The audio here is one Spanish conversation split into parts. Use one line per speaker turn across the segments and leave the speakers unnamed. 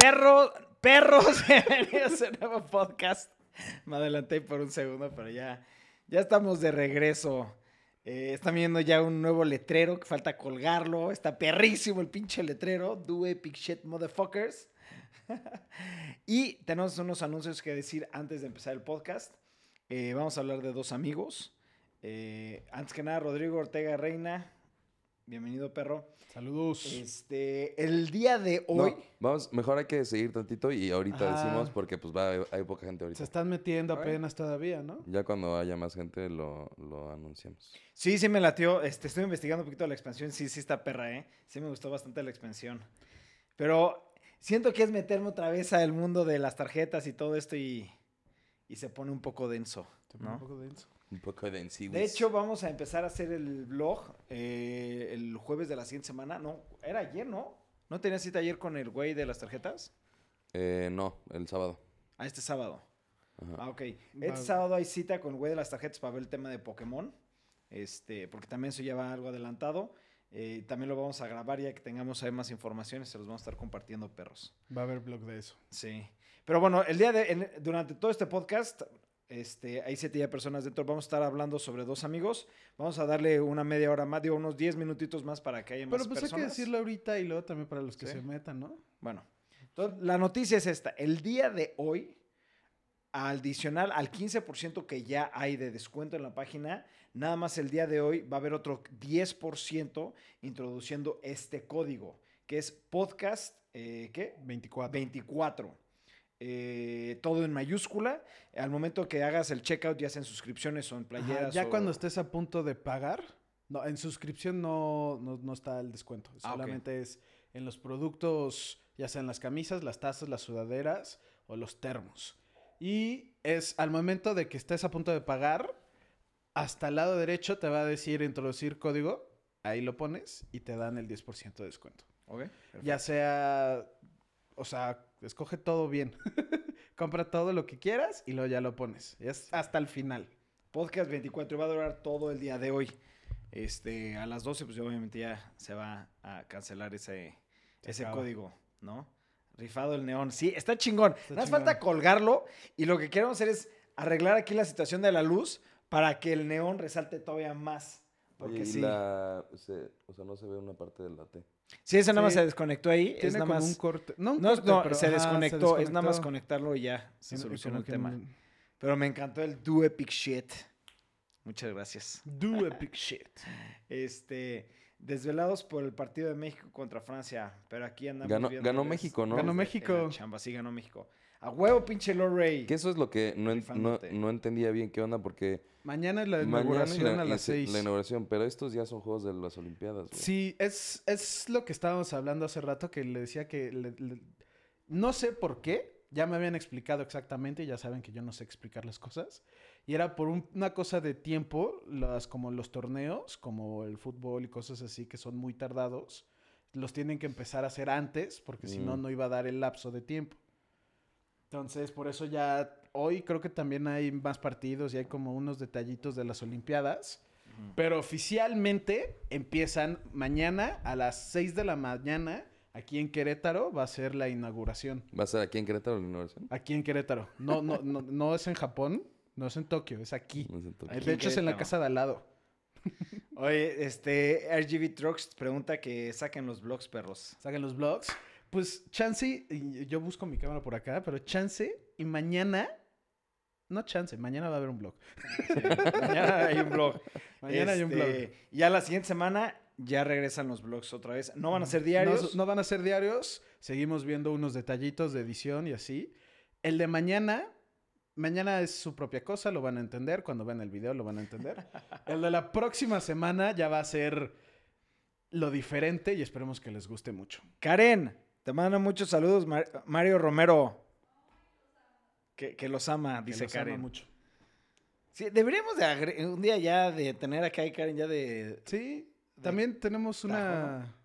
Perros, perros, bienvenidos a un nuevo podcast. Me adelanté por un segundo, pero ya, ya estamos de regreso. Eh, están viendo ya un nuevo letrero que falta colgarlo. Está perrísimo el pinche letrero. Do epic shit, motherfuckers. y tenemos unos anuncios que decir antes de empezar el podcast. Eh, vamos a hablar de dos amigos. Eh, antes que nada, Rodrigo Ortega Reina. Bienvenido, perro.
Saludos.
Este, el día de
No,
hoy.
vamos, mejor hay que seguir tantito y ahorita
Ajá.
decimos porque pues va, hay poca gente ahorita.
Se están metiendo
Alright.
apenas todavía, ¿no?
Ya cuando haya más gente lo, lo anunciamos.
Sí, sí me latió. Este, estoy investigando un poquito la expansión. Sí, sí está perra, ¿eh? Sí me gustó bastante la expansión. Pero siento que es meterme otra vez al mundo de las tarjetas y todo esto y, y se pone un poco denso,
Se pone un
¿no?
poco denso.
Un poco de encima.
De hecho, vamos a empezar a hacer el blog eh, el jueves de la siguiente semana. No, era ayer, ¿no? ¿No tenías cita ayer con el güey de las tarjetas?
Eh, no, el sábado.
Ah, este sábado.
Ajá.
Ah, ok.
Va.
Este sábado hay cita con el güey de las tarjetas para ver el tema de Pokémon. Este, porque también eso ya va algo adelantado. Eh, también lo vamos a grabar ya que tengamos ahí más informaciones, se los vamos a estar compartiendo, perros.
Va a haber blog de eso.
Sí. Pero bueno, el día de en- durante todo este podcast, este, hay siete ya personas dentro. Vamos a estar hablando sobre dos amigos. Vamos a darle una media hora más, digo, unos 10 minutitos más para que haya más
Pero pues hay que
personas.
decirlo ahorita y luego también para los que
Sí.
se metan, ¿no?
Bueno, entonces, la noticia es esta. El día de hoy, adicional al 15% que ya hay de descuento en la página, nada más el día de hoy va a haber otro 10% introduciendo este código, que es podcast, eh, ¿qué?
24.
24. Eh, todo en mayúscula. Al momento que hagas el checkout, ya sea en suscripciones o en
Ajá,
playeras.
ya
o-
cuando estés a punto de pagar, no, en suscripción no, no, no está el descuento.
Ah, ok.
Solamente es en los productos, ya sean las camisas, las tazas, las sudaderas o los termos. Y es al momento de que estés a punto de pagar, hasta el lado derecho te va a decir introducir código, ahí lo pones y te dan el 10% de descuento.
Ok, perfecto.
Ya sea, o sea, escoge todo bien. Compra todo lo que quieras y luego ya lo pones. Es hasta el final.
Podcast 24 y va a durar todo el día de hoy. Este, a las 12, pues obviamente ya se va a cancelar ese,
Se
ese
acaba.
código, ¿no? Rifado el neón. Sí, está chingón.
Está
Nada más
chingón.
falta colgarlo y lo que queremos hacer es arreglar aquí la situación de la luz para que el neón resalte todavía más. Porque
Oye, y
sí.
la- se- o sea, no se ve una parte del latte.
Sí, esa nada más
Sí.
se desconectó ahí. Es
Tiene
nada
como
más.
un corte. No, un
no,
corte,
no,
pero,
se,
ajá,
desconectó, Es nada más
desconectó.
conectarlo y ya se
Sí, no,
soluciona el
como
tema.
que
Pero me encantó el Do Epic Shit. Muchas gracias.
no- Do epic shit.
Este, desvelados por el partido de México contra Francia, pero aquí andamos
Ganó-
viendo
ganó
desde-
México, ¿no?
desde
Ganó
la
México.
Chamba, sí ganó México. A huevo, pinche Lorray.
Que eso es lo que no, en- no,
Rifándote.
no entendía bien qué onda porque
Mañana es la
mañana y la-
inauguración a
y
las
se-
6.
la inauguración, pero estos ya son juegos de las Olimpiadas. güey.
Sí, es, es lo que estábamos hablando hace rato que le decía que le- le- no sé por qué. Ya me habían explicado exactamente, y ya saben que yo no sé explicar las cosas. Y era por un- una cosa de tiempo, las, como los torneos, como el fútbol y cosas así que son muy tardados, los tienen que empezar a hacer antes, porque si no,
Mm.
no iba a dar el lapso de tiempo. Entonces, por eso ya hoy creo que también hay más partidos y hay como unos detallitos de las Olimpiadas.
Ujú.
Pero oficialmente empiezan mañana a las 6 de la mañana. Aquí en Querétaro va a ser la inauguración.
¿Va a ser aquí en Querétaro la inauguración?
Aquí en Querétaro. No, no, no, no es en Japón, no es en Tokio, es aquí.
No sé, entonces.
Aquí
de
en
hecho, es en la
Querétaro.
casa de al lado.
Oye, este, RGB Trucks pregunta que saquen los blogs, perros.
Saquen los vlogs. Pues chance, y yo busco mi cámara por acá, pero chance y mañana. No chance, mañana va a haber un blog.
Sí, mañana hay un blog.
Mañana hay un
Este,
blog.
Ya la siguiente semana ya regresan los blogs otra vez. No van a ser diarios.
Mm. No, no van a ser diarios. Seguimos viendo unos detallitos de edición y así. El de mañana, mañana es su propia cosa, lo van a entender. Cuando vean el video lo van a entender. El de la próxima semana ya va a ser lo diferente y esperemos que les guste mucho.
Karen, te mando muchos saludos, Mar- Mario Romero. Que, que los ama,
Que
dice
los ama
Karen.
mucho.
Sí, deberíamos de agre- eh, un día ya de tener acá a Karen ya de...
Sí,
De-
también tenemos
Tajo,
una...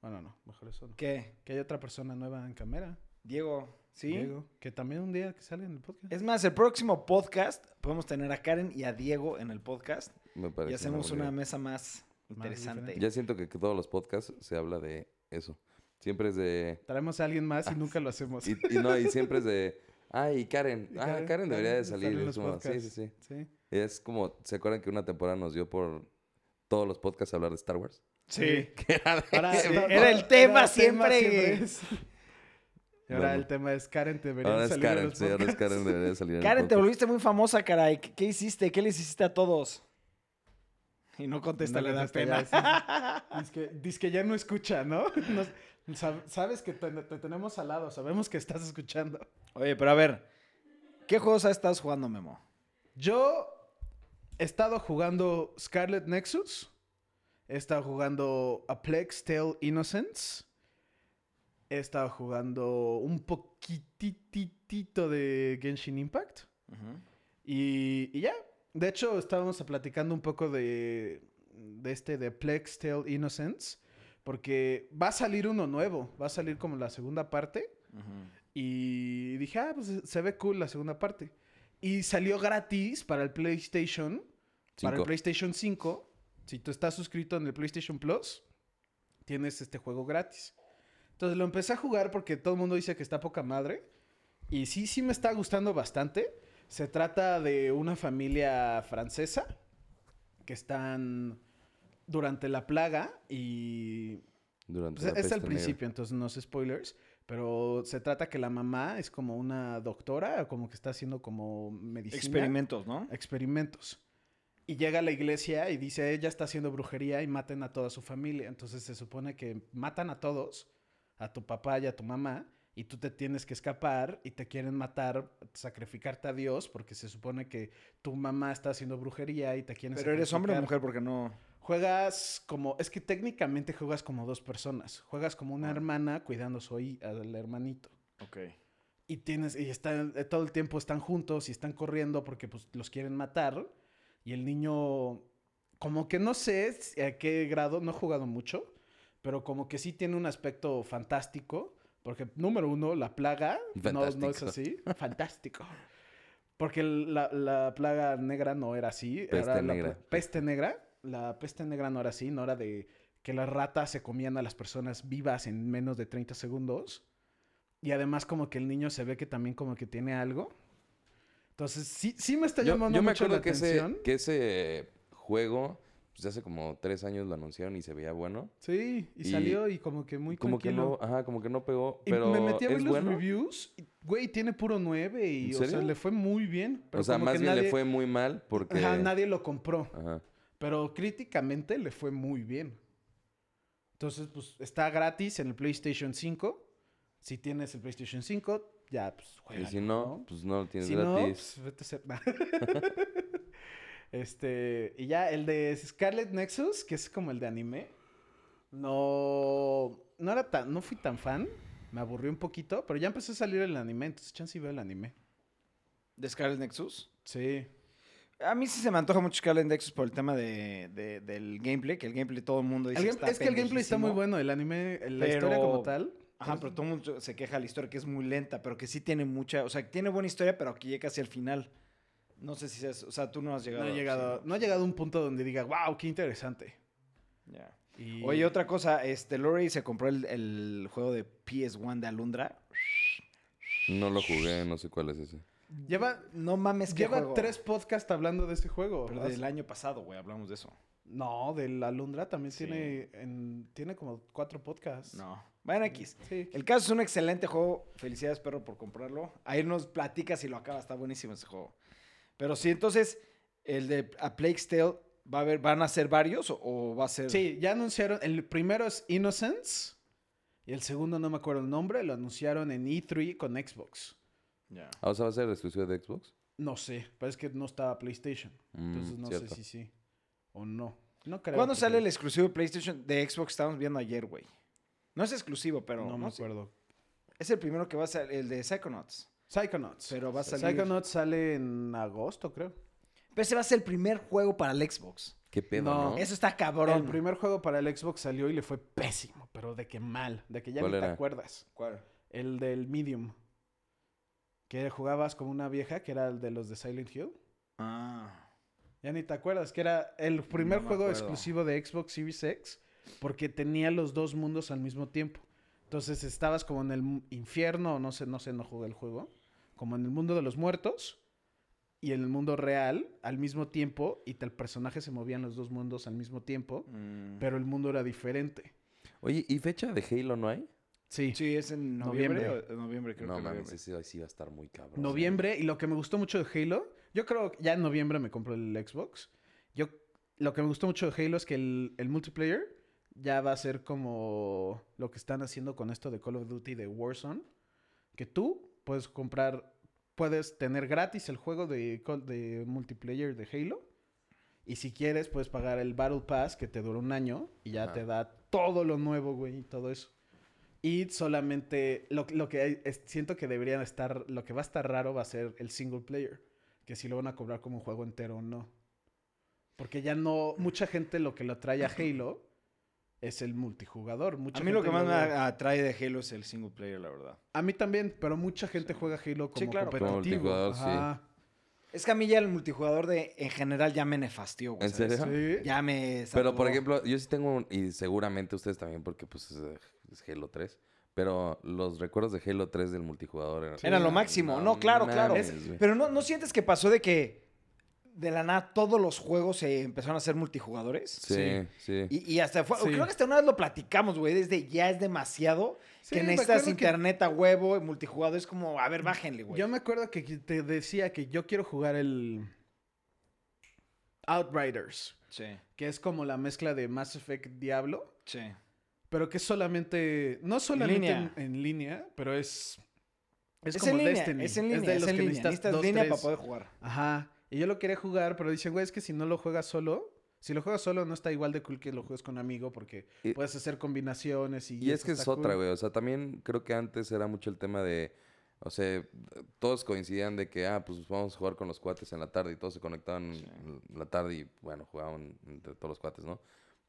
Bueno, no, mejor eso no.
¿Qué?
Que hay otra persona nueva en cámara.
Diego, ¿sí?
Diego, que también un día que salga en el podcast.
Es más, el próximo podcast podemos tener a Karen y a Diego en el podcast
Me parece
y hacemos
buena
una
idea.
mesa más
Más
interesante.
diferente.
Ya siento que todos los podcasts se habla de eso. Siempre es de...
Traemos a alguien
Ah,
más y nunca lo hacemos.
Y, y no, y siempre es de... Ah, y Karen.
Y
ah, Karen, debería de
sale en
salir.
los
es como, sí,
podcasts.
sí, sí.
Sí.
Es como, ¿se acuerdan que una temporada nos dio por todos los podcasts hablar de Star Wars?
Sí.
Ahora-
Sí,
ahora-
era el tema
ahora tema
siempre.
siempre es- Y ahora
Bueno.
el tema es Karen debería
Ahora es
salir en
Karen,
los
sí, ahora es
podcasts.
Karen, debería de salir. en el
Karen, te
podcast.
volviste muy famosa, caray. ¿Qué, qué hiciste? ¿Qué les hiciste a todos? Y no contesta,
No
le da
contesta,
pena.
ya, sí. Dice que, dice que ya no escucha, ¿no? Nos- sab- sabes que te, te tenemos al lado, sabemos que estás escuchando.
Oye, pero a ver, ¿qué juegos has estado jugando, Memo?
Yo he estado jugando Scarlet Nexus. He estado jugando A Plague's Tale Innocence. He estado jugando un poquititito de Genshin Impact. Y, y ya. De hecho, estábamos platicando un poco de, de este de Plex Tale Innocence. Porque va a salir uno nuevo. Va a salir como la segunda parte. Y dije, ah, pues se ve cool la segunda parte. Y salió gratis para el PlayStation. Para el
Cinco.
PlayStation 5. Si tú estás suscrito en el PlayStation Plus, tienes este juego gratis. Entonces lo empecé a jugar porque todo el mundo dice que está poca madre. Y sí, sí me está gustando bastante. Se trata de una familia francesa que están durante la plaga y
Durante
pues,
la
es al
peste negra.
principio, entonces no es spoilers. Pero se trata que la mamá es como una doctora, como que está haciendo como medicina.
Experimentos, ¿no?
Experimentos. Y llega a la iglesia y dice, ella está haciendo brujería y maten a toda su familia. Entonces se supone que matan a todos, a tu papá y a tu mamá, y tú te tienes que escapar y te quieren matar, sacrificarte a Dios, porque se supone que tu mamá está haciendo brujería y te quieren
Pero eres hombre o mujer
sacrificar.
porque no.
Juegas como. Es que técnicamente juegas como dos personas. Juegas como una hermana cuidando su hi- al hermanito.
Ok.
Y tienes. Y están. eh, Todo el tiempo están juntos y están corriendo porque pues, los quieren matar. Y el niño. Como que no sé si- a qué grado. No he jugado mucho. Pero como que sí tiene un aspecto fantástico. Porque, número uno, la plaga. No, no es
Fantástico.
así. Fantástico. Porque la, la plaga negra no era así.
Peste
era la
negra.
pla- peste negra. La peste negra no era así, no era de que las ratas se comían a las personas vivas en menos de 30 segundos. Y además como que el niño se ve que también como que tiene algo. Entonces sí, sí me está
Yo,
llamando
yo me
mucho
acuerdo
la
que
atención.
ese, que ese juego, pues hace como tres años lo anunciaron y se veía bueno.
Sí, y,
y-
salió y como que muy
como
tranquilo.
que no, ajá, como que no pegó,
Y
pero
me metí a ver
es
los
bueno.
reviews. y, güey, tiene puro 9 y
¿En
o sea,
serio?
le fue muy bien. Pero
o sea,
como
más
que
bien le
nadie-
fue muy mal porque
Ajá, nadie lo compró.
Ajá.
Pero críticamente le fue muy bien. Entonces, pues está gratis en el PlayStation 5. Si tienes el PlayStation 5, ya pues
Y
juega.
si no, pues no lo tienes
si no,
gratis.
pues, vete a ser- Nah. este, y ya el de Scarlet Nexus, que es como el de anime. No no era tan no fui tan fan, me aburrió un poquito, pero ya empezó a salir el anime, entonces chance y veo el anime.
¿De Scarlet Nexus?
Sí.
A mí sí se me antoja mucho Scarlet Nexus por el tema de, de- del gameplay, que el gameplay todo el mundo dice
El
que
game-
está
es que el gameplay está muy
pendejísimo.
bueno, el anime, la historia
Pero-
como tal.
Ajá, pero todo el mundo se queja de la historia que es muy lenta, pero que sí tiene mucha, o sea, que tiene buena historia, pero que llega hacia el final. No sé si es, o sea, tú no has
No
llegado.
he llegado,
sí,
no he llegado a un punto donde diga, wow, qué interesante.
Ya.
Y-
Oye, otra cosa, este, Lori se compró el, el juego de PS1 de Alundra.
No lo jugué, no sé cuál es ese.
Lleva,
No mames, que
lleva tres podcasts hablando de este juego.
Pero
Has-
del año pasado, güey, hablamos de eso.
No, de la Alundra también
Sí.
tiene, en- tiene como cuatro podcasts.
No. Bueno, X.
Sí.
El caso es un excelente juego. Felicidades, perro, por comprarlo. Ahí nos platicas si lo acaba. Está buenísimo ese juego. Pero sí, entonces, el de A Plague's Tale, ¿va a haber, ¿van a ser varios o, o va a ser...?
Sí, ya anunciaron, el primero es Innocence y el segundo no me acuerdo el nombre, lo anunciaron en E3 con Xbox.
Ya.
Ah, o sea, va a ser exclusivo de Xbox.
No sé, pero es que no estaba PlayStation.
Mm,
Entonces no
cierto.
sé si sí o no. No creo.
¿Cuándo
porque
sale el exclusivo de PlayStation de Xbox? Estábamos viendo ayer, güey. No es exclusivo, pero...
No, me
sé.
acuerdo.
Es el primero que va a ser el de Psychonauts.
Psychonauts.
Pero va a salir...
Psychonauts sale en agosto, creo.
Pero ese va a ser el primer juego para el Xbox.
Qué pedo,
No,
¿no?
¿No?
Eso está cabrón.
El primer juego para el Xbox salió y le fue pésimo, pero de que mal, de que ya ni
¿Cuál
te
era?
acuerdas.
¿Cuál?
El del Medium. Que jugabas como una vieja, que era el de los de Silent Hill.
Ah...
Ya ni te acuerdas, que era el primer
me
juego
acuerdo.
exclusivo de Xbox Series X, porque tenía los dos mundos al mismo tiempo. Entonces estabas como en el mu- infierno, o no sé, no sé, no jugué el juego. Como en el mundo de los muertos y en el mundo real al mismo tiempo. Y el personaje se movía en los dos mundos al mismo tiempo.
Mm.
Pero el mundo era diferente.
Oye, ¿y fecha de Halo no hay?
Sí.
Sí, es en noviembre.
Noviembre.
o- Noviembre, creo
no,
que
mames,
noviembre.
ese ahí sí va a estar muy cabrón.
Noviembre, y lo que me gustó mucho de Halo, yo creo que ya en noviembre me compré el Xbox. Yo, lo que me gustó mucho de Halo es que el, el multiplayer ya va a ser como lo que están haciendo con esto de Call of Duty de Warzone. Que tú puedes comprar, puedes tener gratis el juego de, Call- de multiplayer de Halo. Y si quieres, puedes pagar el Battle Pass que te dura un año y ya
Ajá.
te da todo lo nuevo, güey, y todo eso. Y solamente lo, lo que hay- es- siento que deberían estar, lo que va a estar raro va a ser el single player, que si lo van a cobrar como un juego entero o no. Porque ya no, mucha gente lo que lo trae a Halo es el multijugador. Mucha
A mí lo
gente
que más me
ve-
a- atrae de Halo es el single player, la verdad.
A mí también, pero mucha gente juega Halo como
Sí, claro. Como
competitivo.
multijugador, sí.
Ajá.
Es que a mí ya el multijugador de en general ya me nefastió, güey.
¿En
¿sabes?
serio?
Sí.
Ya me
Pero, por
saturó.
ejemplo, yo sí tengo, un- y seguramente ustedes también, porque pues es, eh, es Halo 3. Pero los recuerdos de Halo 3 del multijugador eran...
Era lo máximo. No, claro, claro.
mames,
Es-
güey.
pero no, ¿no sientes que pasó de que de la nada todos los juegos se empezaron a hacer multijugadores?
Sí, sí.
Y, y hasta fue,
Sí.
creo que hasta una vez lo platicamos, güey, desde ya es demasiado
Sí,
que
me
necesitas
acuerdo que-
internet a huevo, y multijugador es como, a ver, bájenle, güey.
Yo me acuerdo que te decía que yo quiero jugar el Outriders,
Sí,
que es como la mezcla de Mass Effect Diablo.
sí.
Pero que es solamente. No solamente en
línea.
línea, en, línea pero es.
Es,
Es,
en
como
línea,
Destiny.
es en línea, es,
de los
en
que
línea.
necesitas
Necesitas
dos,
línea
tres.
para poder jugar.
Ajá. Y yo lo quería jugar, pero dice, güey, es que si no lo juegas solo. Si lo juegas solo, no está igual de cool que lo juegues con un amigo porque
Y-
puedes hacer combinaciones y.
Y es
eso
que es
está
otra,
cool.
güey. O sea, también creo que antes era mucho el tema de. O sea, todos coincidían de que, ah, pues vamos a jugar con los cuates en la tarde y todos se conectaban
Sí.
en la tarde y, bueno, jugaban entre todos los cuates, ¿no?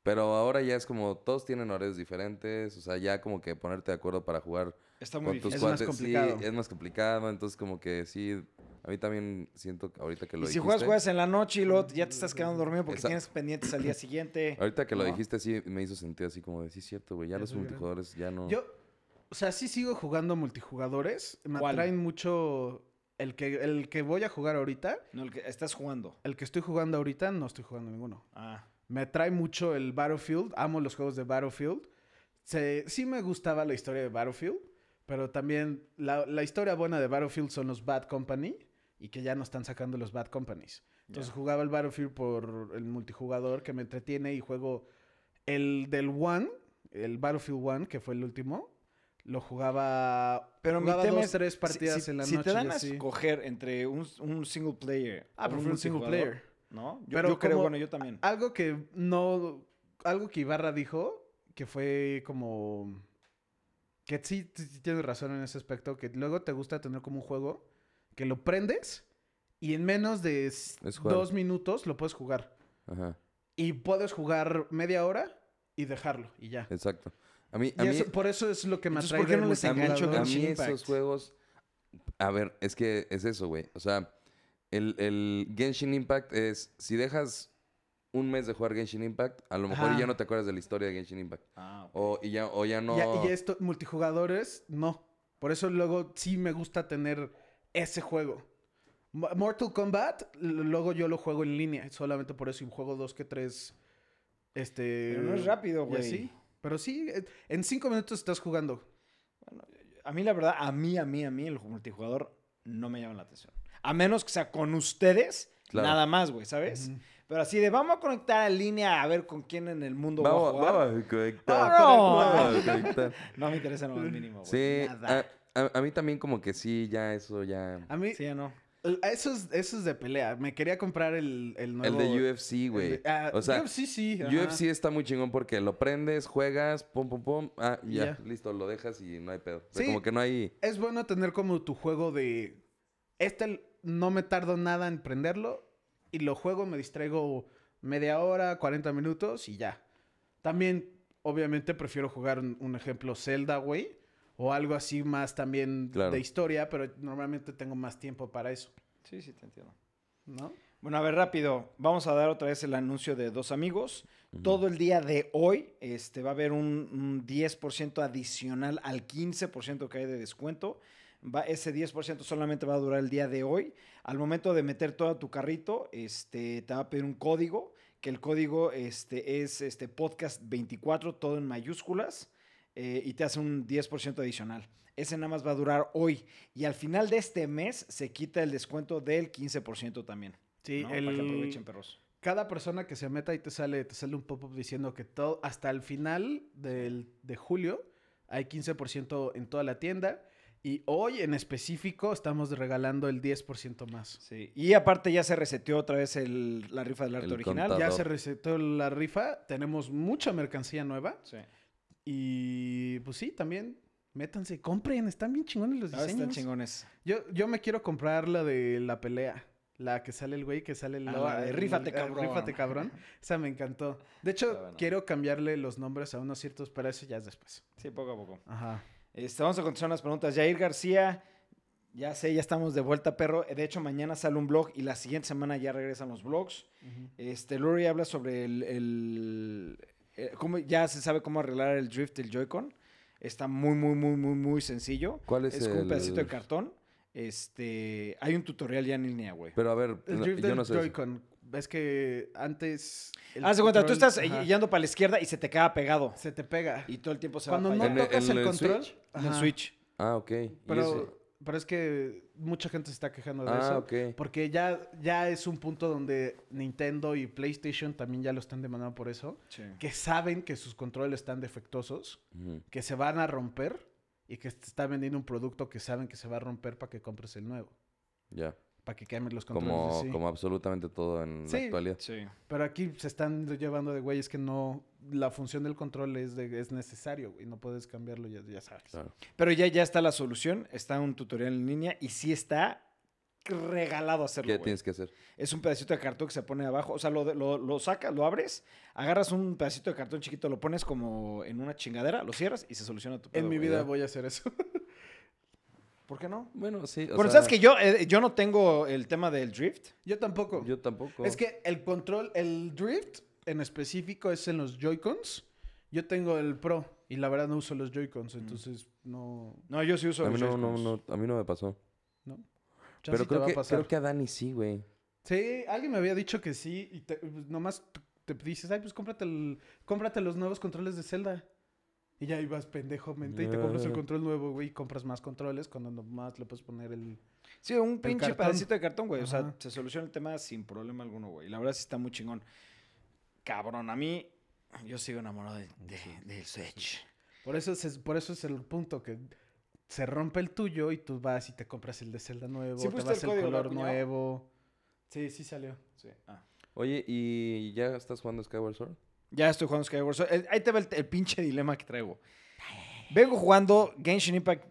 Pero ahora ya es como todos tienen horarios diferentes, o sea, ya como que ponerte de acuerdo para jugar
Está muy
con tus
difícil.
Es más
cuates
complicado.
sí, es más complicado, entonces como que sí, a mí también siento que ahorita que lo
y si
dijiste,
juegas, juegas en la noche y luego ya te estás quedando dormido porque
Exacto.
tienes pendientes al día siguiente.
ahorita que lo
No.
dijiste sí me hizo sentir así como de, sí, es cierto, güey, ya,
Ya
los
soy grande.
multijugadores ya no...
Yo. O sea, sí sigo jugando multijugadores. Me
¿Cuál?
atraen mucho. El que, el que voy a jugar ahorita.
No, el que estás jugando.
El que estoy jugando ahorita, no estoy jugando ninguno.
Ah.
Me atrae mucho el Battlefield. Amo los juegos de Battlefield. Se- sí me gustaba la historia de Battlefield. Pero también la, la historia buena de Battlefield son los Bad Company. Y que ya no están sacando los Bad Companies. Entonces jugaba el Battlefield por el multijugador que me entretiene y juego el del One. El Battlefield One, que fue el último. Lo jugaba.
Pero mi
jugaba
tema
dos,
es,
tres
si-
partidas
si,
en la
si
noche.
te dan
y
a
así.
escoger entre un, un single player.
Ah,
o
prefiero un single
multijugador,
player.
¿No? Yo,
Pero
yo creo,
como-
bueno, yo también.
Algo que no. Algo que Ibarra dijo, que fue como. Que sí, t- sí tienes razón en ese aspecto, que luego te gusta tener como un juego que lo prendes y en menos de s-
Es jugar.
dos minutos lo puedes jugar.
Ajá,
Y puedes jugar media hora y dejarlo y ya.
exacto. A mí,
Y
a mí,
eso- por eso es lo que me
Entonces,
atrae.
¿por qué
del
no les
A mí,
engancho
multijugador.
a
con
mí
Genshin
esos
Impact.
juegos. A ver, es que es eso, güey. O sea, el, el Genshin Impact es. Si dejas un mes de jugar Genshin Impact, a lo mejor
Ajá.
ya no te acuerdas de la historia de Genshin Impact.
Ah, ok.
O, y ya, o ya no.
Ya- y esto, multijugadores, no. Por eso luego sí me gusta tener ese juego. Mo- Mortal Kombat, l- luego yo lo juego en línea. Solamente por eso y juego dos que tres. Este.
Pero no es rápido,
y
güey.
así. Pero sí, eh, en cinco minutos estás jugando.
A mí, la verdad, a mí, a mí, a mí, el multijugador no me llama la atención. A menos que sea con ustedes,
Claro.
nada más, güey, ¿sabes? Pero así de vamos a conectar en línea a ver con quién en el mundo voy a
Vamos,
jugar.
vamos a conectar.
¡Claro!
Vamos a conectar.
No me interesa lo más mínimo, güey.
Sí, ah, a,
Nada.
a- a mí también, como que sí, ya eso ya.
A mí,
Sí, ya no.
l- a esos, esos de pelea. Me quería comprar el, el
El
nuevo.
de UFC, güey. o sea,
UFC sí. ajá.
UFC está muy chingón porque lo prendes, juegas, pum, pum, pum. Ah, ya,
Ya.
listo, lo dejas y no hay pedo. O sea,
Sí.
como que no hay.
Es bueno tener como tu juego de. Este l- no me tardo nada en prenderlo. Y lo juego, me distraigo media hora, 40 minutos y ya. También, obviamente, prefiero jugar un, un ejemplo Zelda, güey. O algo así más también
Claro.
de historia, pero normalmente tengo más tiempo para eso,
Sí, sí, te entiendo.
¿no?
Bueno, a ver, rápido. Vamos a dar otra vez el anuncio de dos amigos.
Ujú.
Todo el día de hoy este, va a haber un, un 10% adicional al 15% que hay de descuento. Va, ese 10% solamente va a durar el día de hoy. Al momento de meter todo a tu carrito, este, te va a pedir un código, que el código este, es este, podcast24, todo en mayúsculas, eh, y te hace un 10% adicional. Ese nada más va a durar hoy. Y al final de este mes se quita el descuento del 15% también.
Sí,
¿no?
el-
Para que aprovechen, perros.
cada persona que se meta y te sale, te sale un pop-up diciendo que todo, hasta el final del, de julio hay 15% en toda la tienda. Y hoy en específico estamos regalando el 10% más.
Sí, y aparte ya se reseteó otra vez el- la rifa del arte
El
original.
contador.
Ya se resetó la rifa, tenemos mucha mercancía nueva.
Sí.
Y pues sí, también métanse, compren, están bien chingones los
Ah,
diseños.
están chingones.
Yo, yo me quiero comprar la de la pelea. La que sale el güey que sale el
Ah,
lobo-
la de
el-
rífate,
el-
cabrón.
Rífate cabrón. Esa me encantó. De hecho,
Está bueno.
quiero cambiarle los nombres a unos ciertos, pero eso ya es después.
Sí, poco a poco.
Ajá.
Este, vamos a contestar unas preguntas. Jair García, ya sé, ya estamos de vuelta, perro. De hecho, mañana sale un blog y la siguiente semana ya regresan los blogs. Este, Luri habla sobre el, el- eh, cómo ya se sabe cómo arreglar el drift del Joy-Con. Está muy, muy, muy, muy, muy sencillo.
¿Cuál es
Es como un
el-
pedacito de cartón. Este, hay un tutorial ya en línea, güey.
Pero a ver,
El
no-
drift
yo
del
no sé. eso.
Joy-Con. Ves que antes. el
Haz de cuenta, tú
control-
estás eh,
ajá,
yendo para la izquierda y se te queda pegado.
Se te pega.
Y todo el tiempo se
Cuando
va
no
para
En el-
allá.
tocas
en
el,
el
control.
Switch?
En el
ajá.
Switch.
Ah, ok. ¿Y eso?
Pero, pero es que mucha gente se está quejando de
Ah,
eso.
ok.
Porque ya, ya es un punto donde Nintendo y PlayStation también ya lo están demandando por eso. que saben que sus controles están defectuosos,
Ujú.
que se van a romper y que te está vendiendo un producto que saben que se va a romper para que compres el nuevo,
Ya.
para que cambies los controles.
Como,
así.
como absolutamente todo en
Sí.
la actualidad.
Sí.
Pero aquí se están llevando de güey, es que no, la función del control es, de, es necesario, güey, no puedes cambiarlo, ya, ya sabes.
Claro.
Pero ya, ya está la solución, está un tutorial en línea y sí está regalado hacerlo.
¿Qué
güey.
tienes que hacer?
Es un pedacito de cartón que se pone abajo, o sea, lo, de- lo, lo sacas, lo abres, agarras un pedacito de cartón chiquito, lo pones como en una chingadera, lo cierras y se soluciona tu pedo.
En mi
güey.
vida
ya.
voy a hacer eso.
¿Por qué no?
Bueno, sí. o
Bueno,
sea,
sabes que yo, eh, yo no tengo el tema del drift.
Yo tampoco.
Yo tampoco.
Es que el control, el drift en específico es en los Joy-Cons. Yo tengo el Pro y la verdad no uso los
Mm.
Joy-Cons, entonces no...
No, yo sí uso
A mí
los
no, no,
Joy-Cons.
no, a mí no me pasó.
¿no? Chance
Pero
te
creo
va a
que,
pasar.
creo que a Dani sí, güey.
Sí, alguien me había dicho que sí y te- pues, nomás t- te dices, ay, pues cómprate, el- cómprate los nuevos controles de Zelda. Y ya ibas pendejo, mente, y te compras el control nuevo, güey, y compras más controles cuando nomás le puedes poner el...
Sí, un pinche
cartón.
pedacito de cartón, güey. O sea,
Ajá.
se soluciona el tema sin problema alguno, güey. La verdad sí está muy chingón. Cabrón, a mí, yo sigo enamorado de- de- del Switch.
Por eso, es, por eso es el punto, que se rompe el tuyo y tú vas y te compras el de Zelda nuevo,
¿Sí
te
pusiste
vas
el
el,
código,
color
verdad, cuñado?
nuevo. Sí, sí salió.
Sí. ah.
Oye, ¿y ya estás jugando Skyward Sword?
Ya estoy jugando Skyward Sword. Eh, Ahí te va el, el pinche dilema que traigo. Vengo jugando Genshin Impact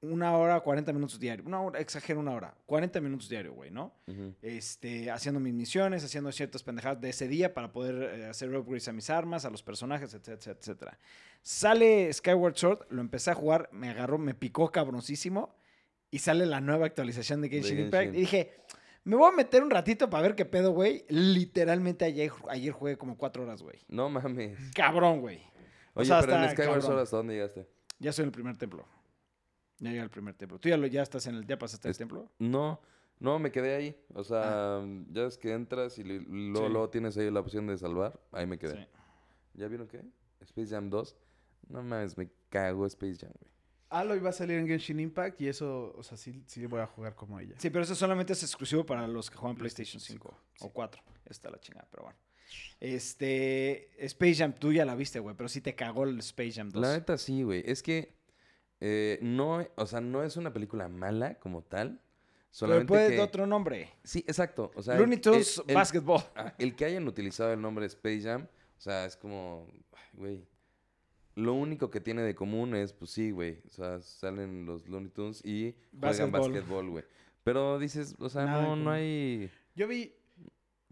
una hora, 40 minutos diario. Una hora, exagero una hora. 40 minutos diario, güey, ¿no?
Ujú.
Este, haciendo mis misiones, haciendo ciertas pendejadas de ese día para poder eh, hacer upgrades a mis armas, a los personajes, etcétera, etcétera, etcétera. Sale Skyward Sword, lo empecé a jugar, me agarró, me picó cabroncísimo y sale la nueva actualización de Genshin
Genshin.
Impact y dije, me voy a meter un ratito para ver qué pedo, güey. Literalmente ayer, ayer jugué como cuatro horas, güey.
No mames.
Cabrón, güey.
Oye,
sea,
pero en
está
Skyward Sword,
cabrón.
¿hasta dónde llegaste?
Ya soy en el primer templo. Ya llegué al primer templo. ¿Tú ya, lo, ya estás en el, ya pasaste
Es-
el templo?
No, no, me quedé ahí. O sea, ya es que entras y li- luego,
Ah. Sí.
luego tienes ahí la opción de salvar. Ahí me quedé.
Sí.
¿Ya vieron qué? Space Jam 2. No mames, me cago Space Jam, güey.
Halo iba a salir en Genshin Impact y eso, o sea, sí, sí voy a jugar como ella.
Sí, pero eso solamente es exclusivo para los que juegan PlayStation 5 o 4. Está la chingada, pero bueno. Este, Space Jam, tú ya la viste, güey, pero sí te cagó el Space Jam 2.
La neta sí, güey. Es que eh, no, o sea, no es una película mala como tal.
pero
Solamente
puede
que...
de otro nombre.
Sí, exacto. O sea, el-
Looney
el-
Tunes
el-
Basketball.
Ah, El que hayan utilizado el nombre Space Jam, o sea, es como, ay, güey. Lo único que tiene de común es, pues sí, güey. O sea, salen los Looney Tunes y juegan
Básquetbol.
básquetbol, güey. Pero dices, o sea,
Nada en
no,
común.
no hay.
Yo vi,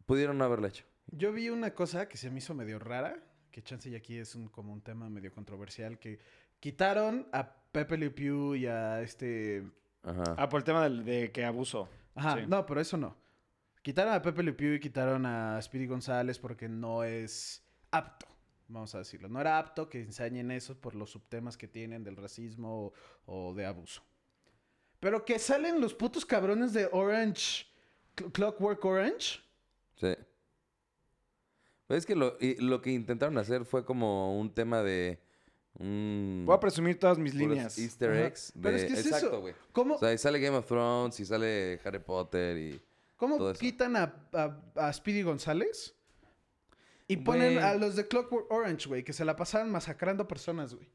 Pudieron no haberlo hecho.
Yo vi una cosa que se me hizo medio rara, que chance y aquí es un, como un tema medio controversial, que quitaron a Pepe Le Pew y a este...
Ajá.
Ah, por el tema del- de, que abuso.
Ajá,
Sí.
no, pero eso no. Quitaron a Pepe Le Pew y quitaron a Speedy González porque no es apto, vamos a decirlo. No era apto que ensañen eso por los subtemas que tienen del racismo o, o de abuso. Pero que salen los putos cabrones de Orange, Cl- Clockwork Orange.
Sí. Pues es que lo, y lo que intentaron hacer fue como un tema de. un-
Mm.
Voy a presumir todas mis
puros
líneas.
Easter
Ajá.
eggs. De,
Pero es que es eso.
exacto, güey.
¿Cómo,
O sea, y sale Game of Thrones y sale Harry Potter y. todo
cómo
eso.
quitan a, a- a Speedy González? Y ponen
Güey.
a los de Clockwork Orange, güey, que se la pasaban masacrando personas, güey.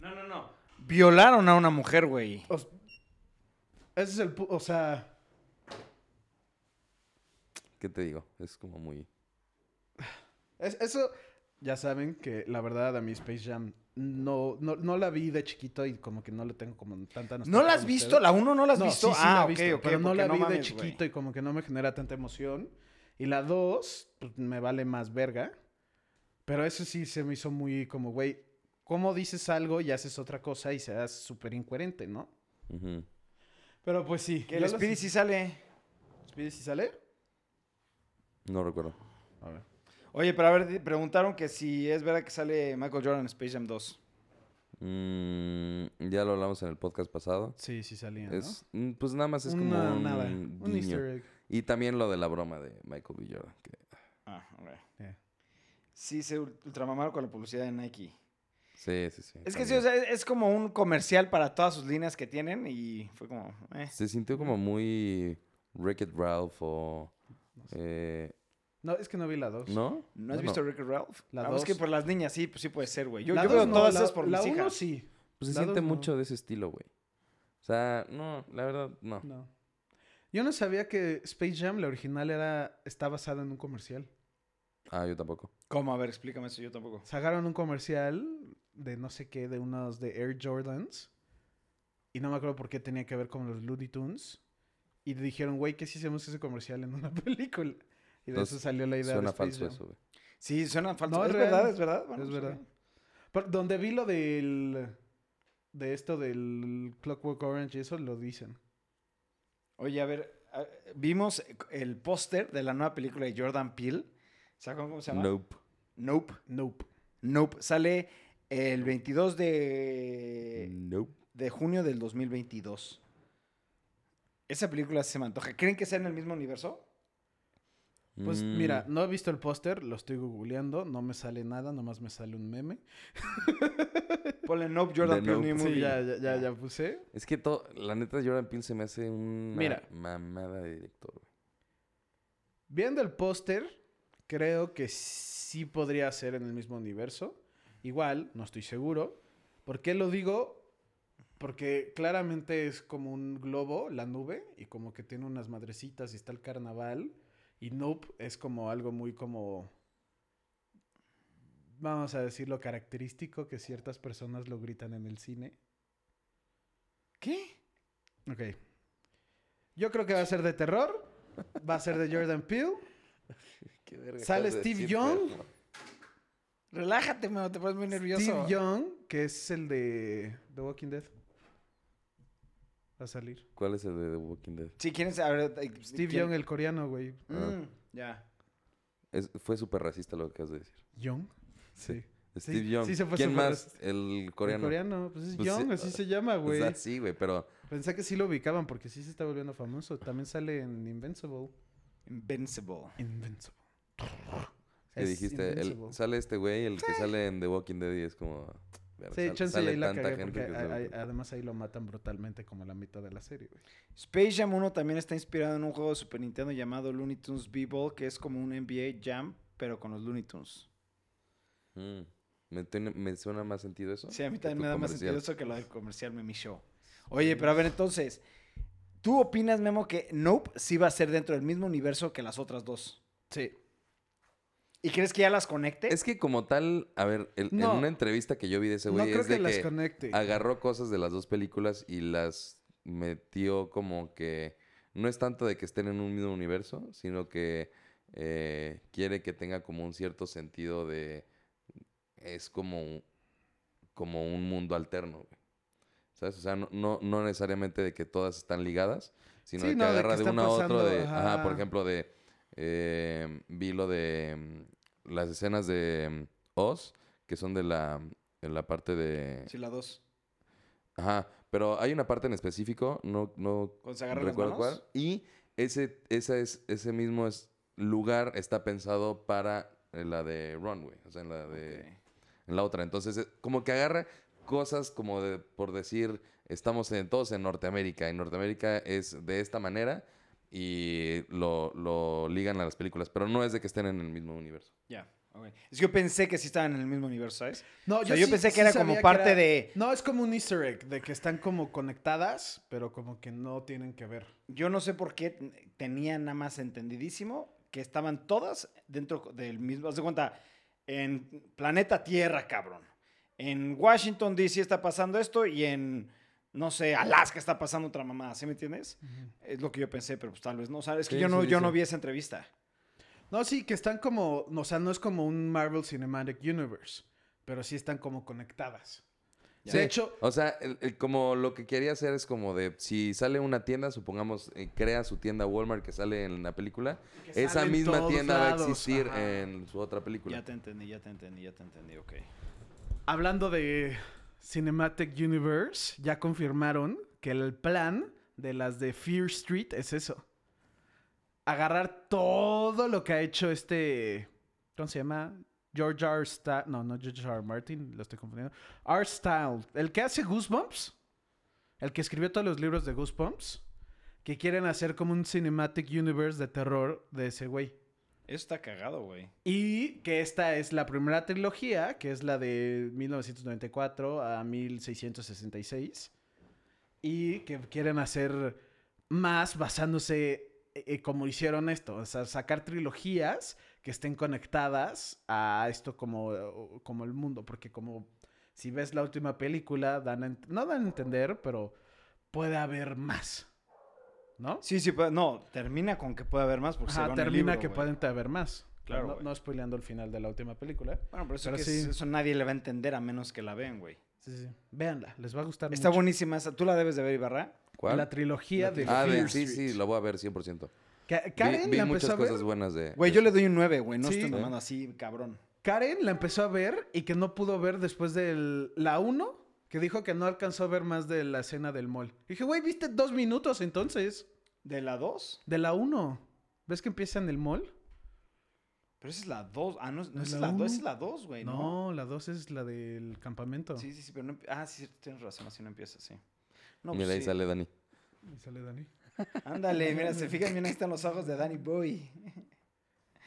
No, no, no.
Violaron a una mujer, güey.
O s- ese es el... pu- O sea...
¿Qué te digo? Es como muy.
Es- eso, ya saben que la verdad a mí Space Jam no, no, no la vi de chiquito y como que no le tengo como tanta nostalgia
¿No la has
como
visto?
ustedes.
¿La 1 no la has
No,
visto?
sí, sí
ah,
la he
ok,
visto,
ok,
pero no
porque
la vi de
mames, güey.
chiquito y como que no me genera tanta emoción. Y la 2, pues me vale más verga. Pero eso sí se me hizo muy como, güey, ¿cómo dices algo y haces otra cosa y seas súper incoherente, no?
ujú.
Pero pues sí.
Que el
yo las-
Spirit sí sale.
Speedy sí sale?
No recuerdo.
A ver.
Oye, pero a ver, di- preguntaron que si es verdad que sale Michael Jordan en Space Jam 2.
Mm, ya lo hablamos en el podcast pasado.
Sí, sí salía, ¿no?
Es, mm, pues nada más es
Una-
como un
nada, un
guiño.
easter egg.
Y también lo de la broma de Michael B. Jordan. que-
Ah, a ver.
Yeah.
Sí, se ul- ultramamaron con la publicidad de Nike.
Sí, sí, sí.
Es que sí,
también.
o sea, es es como un comercial para todas sus líneas que tienen y fue como... eh.
Se sintió como muy Wreck It Ralph o. eh,
No, es que no vi la 2.
¿No?
¿No has
Bueno, pues
visto Rick and Ralph?
La
Ah, es que
dos.
por las niñas, sí, pues sí puede ser, güey. Yo,
La
yo veo
dos no,
todas
la-
esas por
la
mis
uno
hijas.
sí.
Pues se
La dos
siente
no.
mucho de ese estilo, güey. O sea, no, la verdad, no.
No. Yo no sabía que Space Jam, la original, era está basada en un comercial.
Ah, yo tampoco.
¿Cómo? A ver, explícame eso, yo tampoco.
Sacaron un comercial de no sé qué, de unos de Air Jordans. Y no me acuerdo por qué tenía que ver con los Looney Tunes. Y dijeron, güey, ¿qué si hacemos ese comercial en una película? Y de
Entonces,
eso salió la idea
Suena
de Space
falso
Jam.
eso, güey.
Sí, suena falso.
No,
es
es real.
verdad, es verdad.
Es
pues,
verdad.
ok.
Por- donde vi lo del... De esto del Clockwork Orange y eso, lo dicen.
Oye, a ver, a- vimos el póster de la nueva película de Jordan Peele. ¿Sabes cómo se llama?
Nope.
Nope.
Nope.
Nope. Sale el 22
Eh,
de,
Nope.
de junio del 2022. Esa película se me antoja. ¿Creen que sea en el mismo universo?
Pues
Mm,
mira, no he visto el póster, lo estoy googleando, no me sale nada, nomás me sale un meme.
Ponle Nope, Jordan
The
Peele,
Nope.
New
Sí,
Movie.
ya, ya, ya, ya puse.
Es que todo, la neta, Jordan Peele se me hace una
Mira.
mamada de director, güey.
Viendo el póster, creo que sí podría ser en el mismo universo. Igual, no estoy seguro. ¿Por qué lo digo? Porque claramente es como un globo, la nube, y como que tiene unas madrecitas y está el carnaval. Y Nope es como algo muy como... Vamos a decirlo característico que ciertas personas lo gritan en el cine.
¿Qué?
Ok. Yo creo que va a ser de terror. Va a ser de Jordan Peele.
Qué verga
Sale
acabas de
Steve
decir,
Young.
perro?
Relájate, mano, te pones muy nervioso.
Steve Young, que es el de The Walking Dead. Va a salir.
¿Cuál es el de The Walking Dead?
Sí, ¿quién es? A ver, eh,
Steve
¿quién?
Young, Ah. el coreano, güey.
Mm, ya.
Es- fue súper racista lo que acabas de decir.
¿Young?
Sí.
Sí.
Steve Young.
sí se fue
¿Quién
súper
más?
racista.
El
El
coreano.
coreano, pues es
Pues sí,
Young, así se llama,
O
güey.
sea, sí, güey, pero
Pensé que sí lo ubicaban porque sí se está volviendo famoso. También sale en Invincible.
Invincible.
Invincible.
es que
Es
dijiste, el-
Invincible.
sale este güey, el que sale en The Walking Dead y es como... verga,
Sí,
sal-
chance y ahí la cagué
gente
porque
que
a-
sale-
a- además ahí lo matan brutalmente como la mitad de la serie, güey.
Space Jam 1 también está inspirado en un juego de Super Nintendo llamado Looney Tunes B-Ball, que es como un NBA Jam, pero con los Looney Tunes.
Mm. Me, tiene- me suena más sentido eso.
Sí, a mí
que
también
tu
me da más
comercial.
sentido eso que lo del comercial Mimi Show. Oye, pero a ver, entonces, ¿tú opinas, Memo, que Nope sí va a ser dentro del mismo universo que las otras dos?
Sí.
¿Y crees que ya las conecte?
Es que como tal, a ver, el-
No.
en una entrevista que yo vi de ese
no
güey
creo
es
que,
de
las
que
conecte.
agarró cosas de las dos películas y las metió como que no es tanto de que estén en un mismo universo, sino que eh, quiere que tenga como un cierto sentido de es como un- como un mundo alterno, güey. ¿Sabes? O sea, no, no, no necesariamente de que todas están ligadas, sino
Sí,
de que
no, de que
agarra de,
está
uno a otro
pasando,
de, ajá, por
ajá.
ejemplo, de eh, vi lo de mm, las escenas de mm, Oz, que son de la, de la parte de...
Sí, la dos.
Ajá, pero hay una parte en específico, no, no
Cuando se agarran las
recuerdo
manos.
cuál. Y ese, esa es, ese mismo es- lugar está pensado para eh, la de Runway, o sea, en la de en la otra. Entonces, eh, como que agarra cosas como de, por decir, estamos en, todos en Norteamérica, y Norteamérica es de esta manera y lo, lo ligan a las películas, pero no es de que estén en el mismo universo.
Ya, ok. Es que yo pensé que sí estaban en el mismo universo, ¿sabes?
No,
O sea, yo pensé que era como
sabía que
parte
era-
de-
No, es como un easter egg, de que están como conectadas, pero como que no tienen que ver.
Yo no sé por qué ten- tenía nada más entendidísimo que estaban todas dentro del mismo. Haz de cuenta, en planeta Tierra, cabrón. En Washington, D.C. está pasando esto y en, no sé, Alaska está pasando otra mamá. ¿Sí me entiendes? Es lo que yo pensé, pero pues tal vez no. O sea, es que
Sí,
yo, no,
sí,
yo
sí.
no vi esa entrevista.
No, sí, que están como, o sea, no es como un Marvel Cinematic Universe, pero sí están como conectadas.
Ya.
De
Sí.
hecho,
O sea, el- el- como lo que quería hacer es como de, si sale una tienda, supongamos, eh, crea su tienda Walmart que sale en la película,
que
esa
salen
misma
todos
tienda va
lados,
a existir
ajá.
en su otra película.
Ya te entendí, ya te entendí, ya te entendí, ok.
Hablando de Cinematic Universe, ya confirmaron que el plan de las de Fear Street es eso. Agarrar todo lo que ha hecho este... ¿Cómo se llama? George R. Sta- no, no George R. Martin, lo estoy confundiendo. R. Style, el que hace Goosebumps, el que escribió todos los libros de Goosebumps, que quieren hacer como un Cinematic Universe de terror de ese güey.
Eso está cagado, güey.
Y que esta es la primera trilogía, que es la de 1994 a 1666. Y que quieren hacer más basándose eh, eh, como hicieron esto, o sea, sacar trilogías que estén conectadas a esto como, como el mundo, porque como si ves la última película, dan a ent- no dan a entender, pero puede haber más, ¿no?
Sí, sí, pero no, termina con que puede haber más porque se
Ajá,
va en el
termina
libro,
que
güey.
pueden haber más.
Claro,
No,
güey.
no spoileando el final de la última película.
Bueno, pero eso,
Pero
que es-
sí.
eso nadie le va a entender a menos que la vean, güey.
Sí, sí. Véanla, les va a gustar
Está
mucho.
buenísima esa. Tú la debes de ver, Ibarra.
¿Cuál?
La trilogía de
ah,
Fear
de, sí,
Street.
sí, la voy a ver 100%.
Ca-
Vi,
Karen
vi
la empezó
muchas
a ver.
cosas buenas de...
Güey, yo le doy un 9, güey. No
Sí.
estoy mamando así, cabrón.
Karen la empezó a ver y que no pudo ver después de la 1, que dijo que no alcanzó a ver más de la escena del mall. Y dije, güey, viste dos minutos entonces
¿De la 2?
de la 1. ¿Ves que empieza en el mall?
Pero esa es la 2. Ah, no, no
¿No es
esa es
la
la 2.
uno?
Esa es la 2, güey, ¿no?
No, la 2 es la del campamento.
Sí, sí, sí, pero no... empie- Ah, sí, cierto, tienes razón. Así no empieza, sí. No,
Mira,
pues
ahí
sí.
sale Dani.
Y sale Dani.
Ándale, mira, se fijan bien, ahí están los ojos de Danny Boy.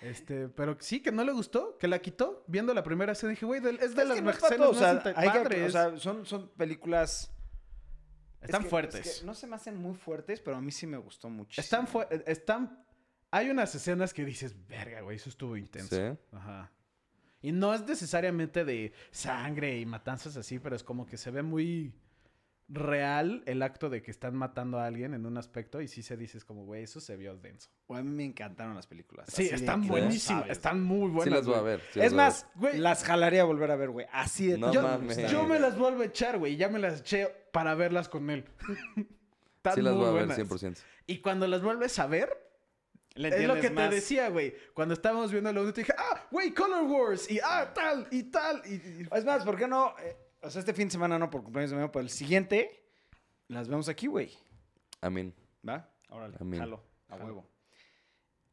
Este, pero sí, que no le gustó, que la quitó. Viendo la primera escena dije, güey, del- es de
Es
las
que no es
mejores
para todo,
escenas
o sea,
más int-
hay que-
padres.
o sea, son, son películas... es
Están
que- es
fuertes.
que no se me hacen muy fuertes, pero a mí sí me gustó mucho.
Están fu- eh, están hay unas escenas que dices, "Verga, güey, eso estuvo intenso."
Sí.
Ajá. Y no es necesariamente de sangre y matanzas así, pero es como que se ve muy real el acto de que están matando a alguien en un aspecto y sí se dices como, "Güey, eso se vio denso."
A mí me encantaron las películas.
Sí,
así de
están
que no
buenísimas,
sabes,
están muy buenas.
sí las voy a
güey.
ver. sí las
es
voy a ver.
más,
güey.
las jalaría a volver a ver, güey. Así de
No
tanto me
mames.
gustaron.
Yo me las vuelvo a echar, güey, y ya me las eché para verlas con él. Están
sí las
muy
voy a ver
buenas.
100%.
Y cuando las vuelves a ver,
Le
Es lo
entiendes
que
más.
te decía, güey. Cuando estábamos viendo la 1, te dije, ah, güey, Color Wars. Y ah, tal, y tal. Y, y-
Es más, ¿por qué no? eh, o sea, este fin de semana no por cumpleaños de Memo, pero el siguiente las vemos aquí, güey.
Amén.
¿Va? Órale,
Amén.
jalo, a huevo.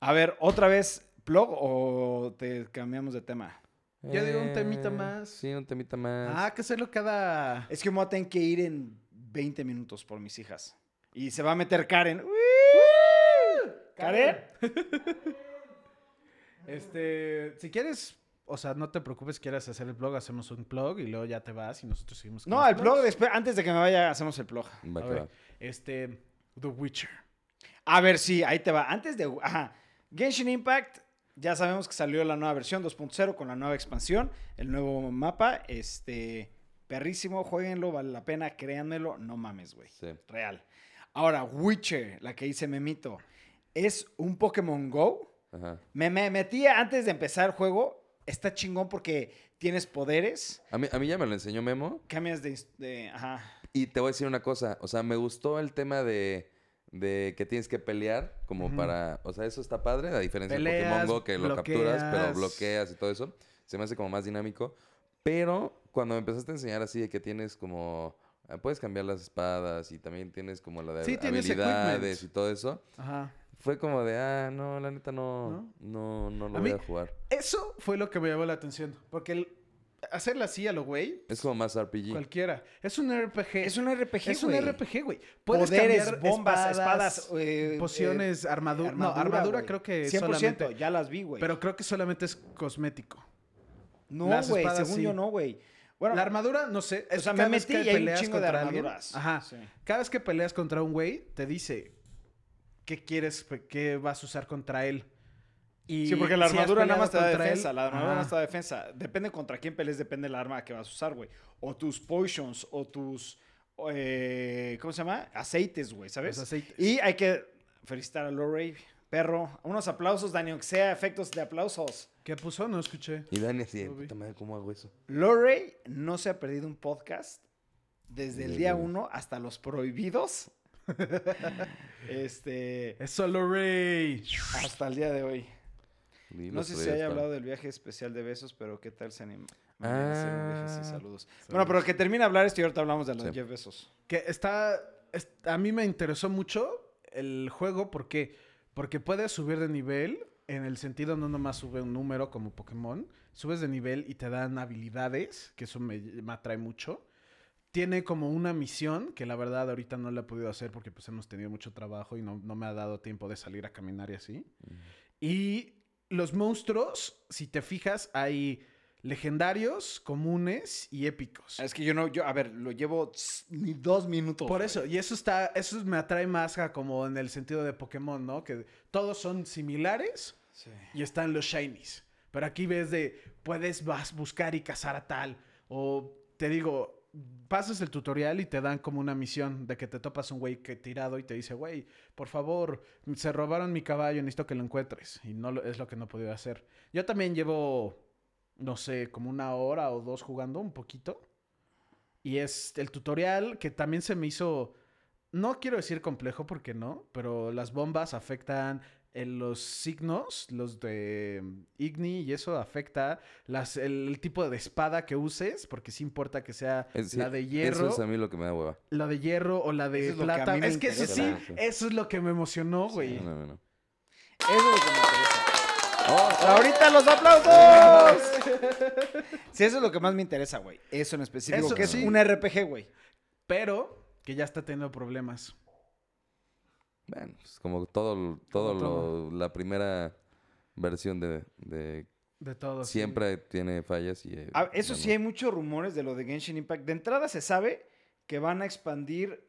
A ver, ¿otra vez plug o te cambiamos de tema?
Yo digo un temita más.
Eh, Sí, un temita más.
Ah, que hacerlo cada.
Es que me voy a tener que ir en 20 minutos por mis hijas. Y se va a meter Karen. ¡Uy! ¿Karen?
Este, si quieres, o sea, no te preocupes, quieras hacer el blog, hacemos un blog y luego ya te vas y nosotros seguimos. con
No,
los
el plug,
blogs.
después, antes de que me vaya, hacemos el plug.
Va,
A
que
ver,
va.
este, The Witcher.
A ver, sí, ahí te va. Antes de. Ajá. Genshin Impact, ya sabemos que salió la nueva versión 2.0 con la nueva expansión, el nuevo mapa. Este. Perrísimo, jueguenlo, vale la pena, créanmelo, no mames, güey.
Sí.
Real. Ahora, Witcher, la que hice memito, es un Pokémon Go.
Ajá.
Me, me metí antes de empezar el juego. Está chingón porque tienes poderes,
A mí, a mí ya me lo enseñó Memo.
cambias de. ins- de- ajá.
Y te voy a decir una cosa. O sea, me gustó el tema de, de que tienes que pelear como
Ujú.
para... O sea, eso está padre, a diferencia de
Peleas,
Pokémon Go, que lo capturas, pero
bloqueas.
bloqueas y todo eso. Se me hace como más dinámico. Pero cuando me empezaste a enseñar así de que tienes como... ah, Puedes cambiar las espadas y también tienes como la de
Sí, tienes
habilidades
equipment.
y todo eso.
Ajá.
Fue como de, ah, no, la neta no, no, no, lo
A
voy
mí-
a jugar.
Eso fue lo que me llamó la atención. Porque el- hacerla así a lo güey,
Es como más RPG.
cualquiera. Es un RPG.
Es un RPG,
Es un
güey.
RPG, güey. Puedes
Poderes,
cambiar
bombas, espadas, eh,
pociones,
eh,
armadura. No, armadura
güey.
creo que
100%,
solamente.
ya las vi, güey.
Pero creo que solamente es cosmético.
no,
las
güey,
espadas
según yo
sí.
no, güey. Bueno,
la armadura, no sé.
o
es
sea, me
cada vez
metí
que
y hay un
peleas
chingo de
contra alguien-
armaduras.
Ajá.
Sí.
Cada vez que peleas contra un güey, te dice qué quieres, qué vas a usar contra él. Y
Sí, porque la
si has
armadura nada
peleado
más te da
contra él-
defensa. La armadura nada
Ajá.
más te da defensa. Depende contra quién pelees, depende del arma que vas a usar, güey. O tus potions, o tus. eh, ¿Cómo se llama? Aceites, güey, ¿sabes?
Los aceites.
Y hay que felicitar a Lorray, perro. Unos aplausos, Dani, aunque sea efectos de aplausos.
¿Qué puso? No escuché.
Y Dani así, de,
Lo vi.
puta madre, ¿cómo hago eso?
Lorray no se ha perdido un podcast desde el
Desde
día
el-
uno hasta los prohibidos. este.
Es solo Rey.
Hasta el día de hoy.
Ni
No
los
sé si
podía
haya
estar.
hablado del viaje especial de besos, pero qué tal se anima. a hacer un viaje así?
Ah.
saludos. Bueno, pero que termine de hablar esto y ahorita hablamos de los
Sí.
Jeff Besos.
Que está. es- a mí me interesó mucho el juego porque. Porque puedes subir de nivel. En el sentido no nomás sube un número como Pokémon. Subes de nivel y te dan habilidades. Que eso me, me atrae mucho. Tiene como una misión que la verdad ahorita no la he podido hacer porque pues hemos tenido mucho trabajo y no, no me ha dado tiempo de salir a caminar y así. Y los monstruos, si te fijas, hay legendarios, comunes y épicos.
Es que yo no, yo, a ver, lo llevo tss, ni dos minutos.
Por
güey.
eso, y eso está, eso me atrae más a como en el sentido de Pokémon, ¿no? Que todos son similares
Sí.
y están los shinies. Pero aquí ves de, puedes vas buscar y cazar a tal. O te digo, pasas el tutorial y te dan como una misión de que te topas un güey que tirado y te dice, güey, por favor, se robaron mi caballo, necesito que lo encuentres. Y no lo- es lo que no he podido hacer. Yo también llevo, no sé, como una hora o dos jugando, un poquito. Y es el tutorial que también se me hizo, no quiero decir complejo porque no, pero las bombas afectan en los signos, los de mm, Igni, y eso afecta las, el, el tipo de espada que uses, porque sí importa que sea
Es decir,
la de hierro,
Eso es a mí lo que me da hueva.
la de hierro o la de
Eso es lo que a
plata.
mí me
es que eso sí,
interesa.
eso es lo que me emocionó, güey.
No, no, no.
Eso es lo que me interesa.
Oh,
¡Ahorita los aplausos! sí, eso es lo que más me interesa, güey. Eso en específico,
Eso
que es
sí.
un RPG, güey.
Pero que ya está teniendo problemas.
Bueno, pues como todo, todo
todo.
lo, la primera versión de, de
De todo.
Oh,
sí.
siempre tiene fallas y eh,
Ah, eso
bueno,
sí, hay muchos rumores de lo de Genshin Impact. De entrada se sabe que van a expandir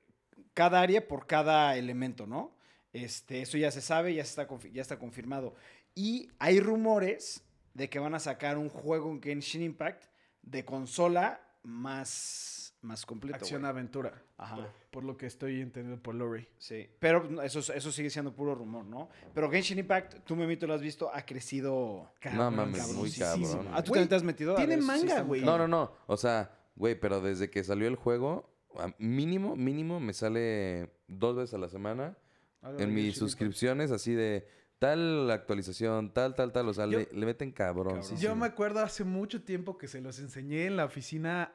cada área por cada elemento, ¿no? Este, eso ya se sabe, ya está, confi- ya está confirmado. Y hay rumores de que van a sacar un juego en Genshin Impact de consola más, más completo. güey.
Acción aventura.
Ajá.
Por, por lo que estoy entendiendo por Lori.
Sí, pero eso, eso sigue siendo puro rumor, ¿no? Pero Genshin Impact, tú, Memito, lo has visto, ha crecido.
No mames, muy
cabroncísimo.
cabrón.
Ah, tú
Güey,
también te has metido. A
tiene
ver, sí
manga,
está muy
güey.
cabrón.
No, no, no. O sea, güey, pero desde que salió el juego, a mínimo, mínimo me sale dos veces a la semana
algo de
en mis
Genshin
suscripciones así de tal actualización, tal, tal, tal. O sea,
Yo-
le, le meten cabrón.
Impact. Yo me acuerdo hace mucho tiempo que se los enseñé en la oficina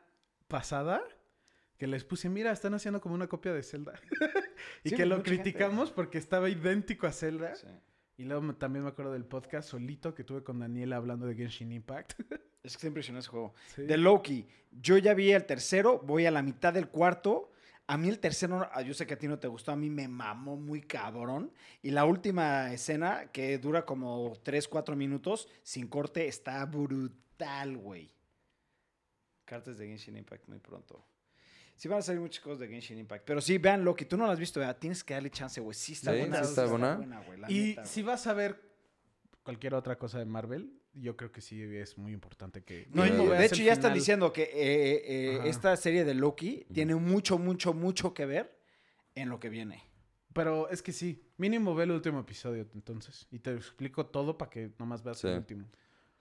pasada. Que les puse, mira, están haciendo como una copia de Zelda.
Sí,
y
pues
que lo
mucha gente.
criticamos porque estaba idéntico a Zelda.
Sí.
Y luego me- también me acuerdo del podcast solito que tuve con Daniela hablando de Genshin Impact.
Es que está impresionante ese juego.
Sí.
De Loki, yo ya vi el tercero, voy a la mitad del cuarto. A mí el tercero, ah, yo sé que a ti no te gustó, a mí me mamó muy cabrón. Y la última escena, que dura como 3, 4 minutos, sin corte, está brutal, güey. Cartas de Genshin Impact muy pronto. Sí van a salir muchas cosas de Genshin Impact. Pero sí, vean Loki, tú no lo has visto, ¿verdad? Tienes que darle chance, güey. Sí está
Sí,
buena.
sí está buena.
güey, la
Y
neta,
si
güey.
vas a ver cualquier otra cosa de Marvel, yo creo que sí es muy importante que...
No,
y
que
lo
y
veas
Eh, de
el
hecho, ya están
final.
diciendo que eh, eh,
Ajá.
esta serie de Loki
Ujú.
tiene mucho, mucho, mucho que ver en lo que viene.
Pero es que sí, mínimo ve el último episodio entonces. Y te explico todo para que nomás veas el
Sí.
último.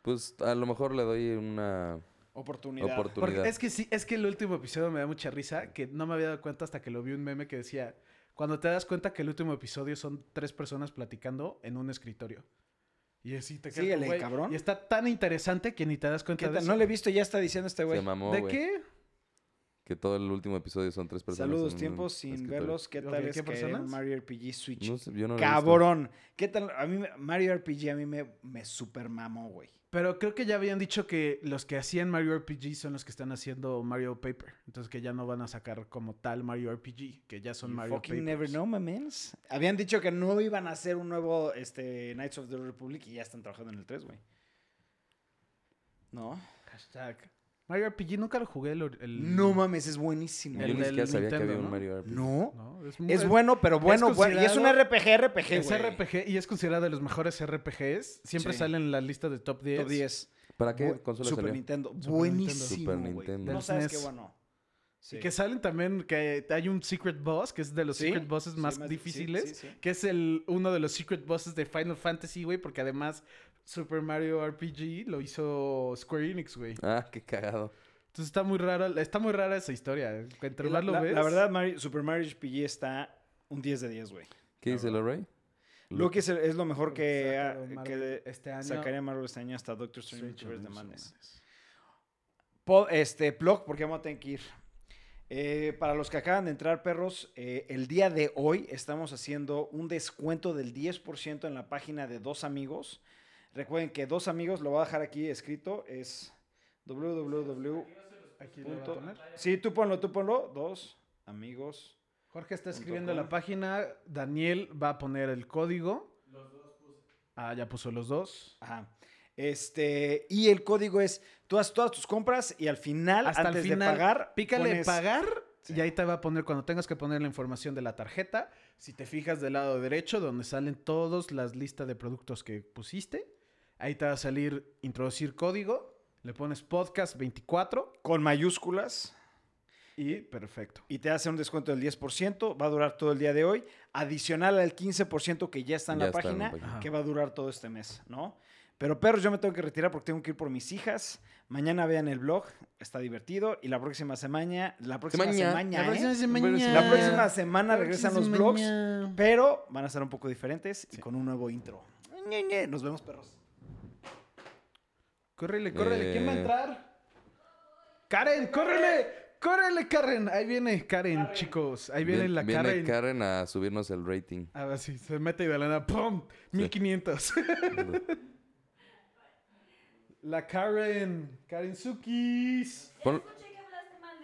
Pues a lo mejor le doy una
Oportunidad.
oportunidad.
Porque es que sí, es que el último episodio me da mucha risa, que no me había dado cuenta hasta que lo vi un meme que decía, Cuando te das cuenta que el último episodio son tres personas platicando en un escritorio. Y así te quedas
Síguele,
como, "Güey".
cabrón.
Y está tan interesante que ni te das
¿Qué
cuenta de
tal?
eso.
No le he visto, ya está diciendo este güey.
Se mamó,
¿De
güey.
qué?
Que todo el último episodio son tres personas.
Saludos,
en un
tiempos sin
escritorio.
verlos. ¿Qué
Ok,
tal
¿qué
es que
personas?
Mario RPG Switch?
No sé, yo no lo he visto.
Cabrón. ¿Qué tal? A mí, me- Mario RPG a mí me, me super mamó, güey.
Pero creo que ya habían dicho que los que hacían Mario RPG son los que están haciendo Mario Paper. Entonces que ya no van a sacar como tal Mario RPG, que ya son
You
Mario
fucking
Papers.
never know, my mans. Habían dicho que no iban a hacer un nuevo este, Knights of the Republic y ya están trabajando en el 3, güey. No.
Hashtag. Mario RPG nunca lo jugué. El, el-
No mames, es buenísimo.
Yo
El
ni
güey.
del
siquiera sabía
Nintendo,
que había un
¿no?
Mario RPG.
No.
No, es, muy-
Es bueno, pero bueno, bueno. Y es un
considerado-
RPG, RPG,
Es
güey.
RPG y es considerado de los mejores RPGs. Siempre
Sí.
sale en la lista de top 10.
Top 10.
¿Para qué
Bu-
consola
Super
salió?
Nintendo.
Super
Buenísimo,
Nintendo. Super
güey.
Nintendo.
No
Del
sabes
SNES.
qué bueno. Sí.
Y que salen también, que hay un Secret Boss, que es de los
Sí,
Secret Bosses
sí,
más
más- sí,
difíciles.
sí, sí.
Que es el, uno de los Secret Bosses de Final Fantasy, güey, porque además Super Mario RPG lo hizo Square Enix, güey.
Ah, qué cagado.
Entonces está muy rara, está muy rara esa historia. Entre
la,
más lo
la-
ves.
la verdad, Mari- Super Mario RPG está un 10 de 10, güey.
¿Qué dice el Ray?
Lo que es, es lo mejor
que
que,
saca
ha-
lo Marvel
que de-
este año.
sacaría Marvel este año hasta Doctor Strange
Strange
Multiverse de
Multiverse de
Madness. Po- este, blog, porque vamos a tener que ir. Eh, para los que acaban de entrar, perros, eh, el día de hoy estamos haciendo un descuento del 10% en la página de Dos Amigos. Recuerden que Dos Amigos, lo voy a dejar aquí escrito, es www.
Aquí lo voy a
punto-
poner.
Sí, tú ponlo, tú ponlo. Dos Amigos.
Jorge está
punto
escribiendo
com.
la página. Daniel va a poner el código. Los dos Ah, ya puso los dos.
Ajá. Este, y el código es, tú haces todas tus compras y al final,
Hasta el
antes
final,
de pagar,
Pícale
pones-
pagar
Sí.
y ahí te va a poner cuando tengas que poner la información de la tarjeta. Si te fijas del lado derecho, donde salen todas las listas de productos que pusiste, ahí te va a salir introducir código, le pones podcast 24
con mayúsculas
y perfecto.
y te hace un descuento del 10%, va a durar todo el día de hoy, adicional al 15% que ya está en
Ya
la
está en
página,
la página.
que va a durar todo este mes, ¿no? Pero perros, yo me tengo que retirar porque tengo que ir por mis hijas. Mañana vean el blog, está divertido. Y la próxima semana, la próxima
Mañana.
semana, ¿eh?
semana.
La próxima semana regresan los blogs, pero van a ser un poco diferentes y con un nuevo intro. Ñe, Ñe, Nos vemos, perros.
Córrele, córrele. ¿Quién va a
Eh.
entrar? Karen, córrele. Córrele, Karen. Ahí viene Karen, chicos. Ahí viene, la Karen.
a subirnos el rating.
A ver si se mete y de la nada, ¡pum! 1500. la Karen. Karen Sukis.
Pon,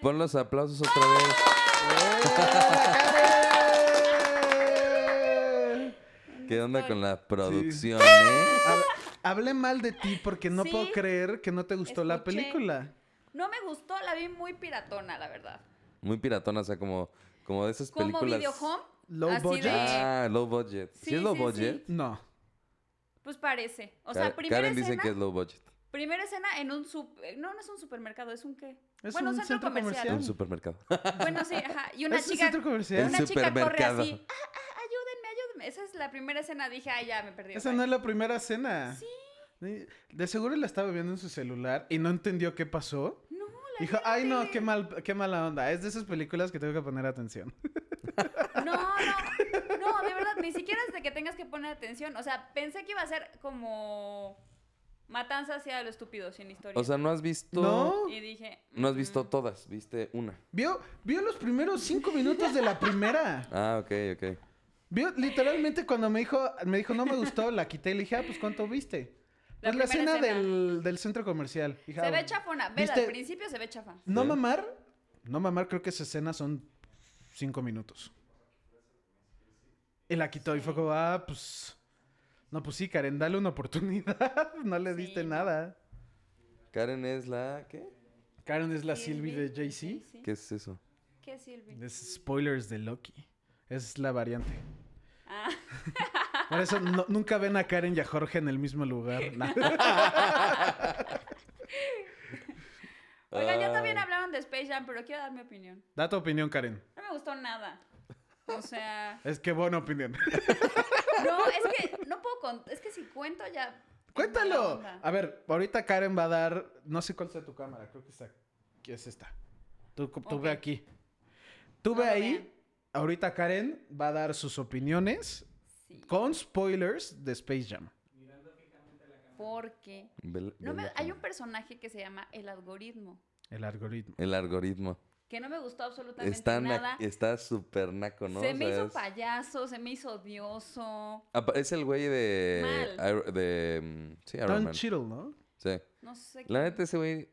pon los aplausos otra vez.
¡Eh! Karen.
¿Qué onda con la producción, eh?
Hablé mal de ti porque no
Sí.
puedo creer que no te gustó la
Escuché.
película.
No me gustó, la vi muy piratona, la verdad.
Muy piratona, o sea, como, como de esas
Como
películas.
video home.
Low
así
budget.
de-
Ah, low budget. ¿Sí,
Sí,
es low
sí, sí.
budget?
No.
pues parece. O
Karen-
sea, primera
Karen
escena.
dicen que es low budget.
Primera escena en un sup- eh, No, no es un supermercado, es un qué.
Es
bueno,
un
centro,
centro
Un
comercial.
supermercado.
Bueno, sí, ajá. Y una
¿Es un
chica.
centro comercial?
Una
El
chica corre
supermercado.
así. "Ah, ah, ah, ayúdenme, ayúdenme. Esa es la primera escena. Dije, ay, ya me perdí.
Esa
bye".
no es la primera cena. Sí. De seguro la estaba viendo en su celular y no entendió qué pasó.
No, la
Dijo, ay no,
tele".
qué mal, qué mala onda. Es de esas películas que tengo que poner atención.
No, no, no, de verdad, ni siquiera es de que tengas que poner atención. O sea, pensé que iba a ser como matanza hacia lo estúpido, sin historia.
O sea, no has visto.
No.
y dije.
No has visto
"Mm".
todas, viste una.
Vio, vio los primeros cinco minutos de la primera.
Ah, ok, ok.
Vio, literalmente cuando me dijo, me dijo, no me gustó, la quité y le dije, ah, pues ¿cuánto viste?
La
Pues la
primera
cena,
escena.
Del, del centro comercial. Dije,
Se
"Ah,
ve
bueno".
chafona. Vela,
¿Viste?
al principio se ve chafa.
No
Sí.
mamar, no mamar, creo que esa escena son cinco minutos. Y la quitó y fue como, ah, pues. No, pues sí, Karen, dale una oportunidad. no le
Sí,
diste
no.
nada.
Karen es la. ¿Qué?
Karen es la Sylvie de
Jay-Z.
Jay-Z.
¿Qué es eso?
¿Qué es Sylvie?
Es spoilers de Loki. Es la variante.
Ah,
Por eso no- nunca ven a Karen y a Jorge en el mismo lugar. No.
oigan, ya también
Ay.
hablaron de Space Jam, pero quiero dar mi opinión.
Da tu opinión, Karen.
No me gustó nada. O sea,
Es que buena opinión.
no, es que no puedo contar. Es que si cuento ya. es mala
¡Cuéntalo!
onda.
A ver, ahorita Karen va a dar. No sé cuál sea tu cámara, creo que está. que es esta? Tú, tú
Ok.
ve aquí. Tú ve
No lo
ahí.
vean.
ahorita Karen va a dar sus opiniones
Sí.
con spoilers de Space Jam.
Porque
Vela-
no me-
vela
hay
como-
un personaje que se llama el algoritmo,
El algoritmo.
El algoritmo.
que no me gustó absolutamente
Está, na-
nada.
está súper naco, ¿no?
se
O
me
sea,
hizo
es-
payaso, se me hizo odioso.
Aparece el güey de.
Mal.
Iro- de. mm, Sí, Iron
Don
Man.
Cheadle, ¿no?
Sí.
No sé.
La
qué-
neta, ese güey.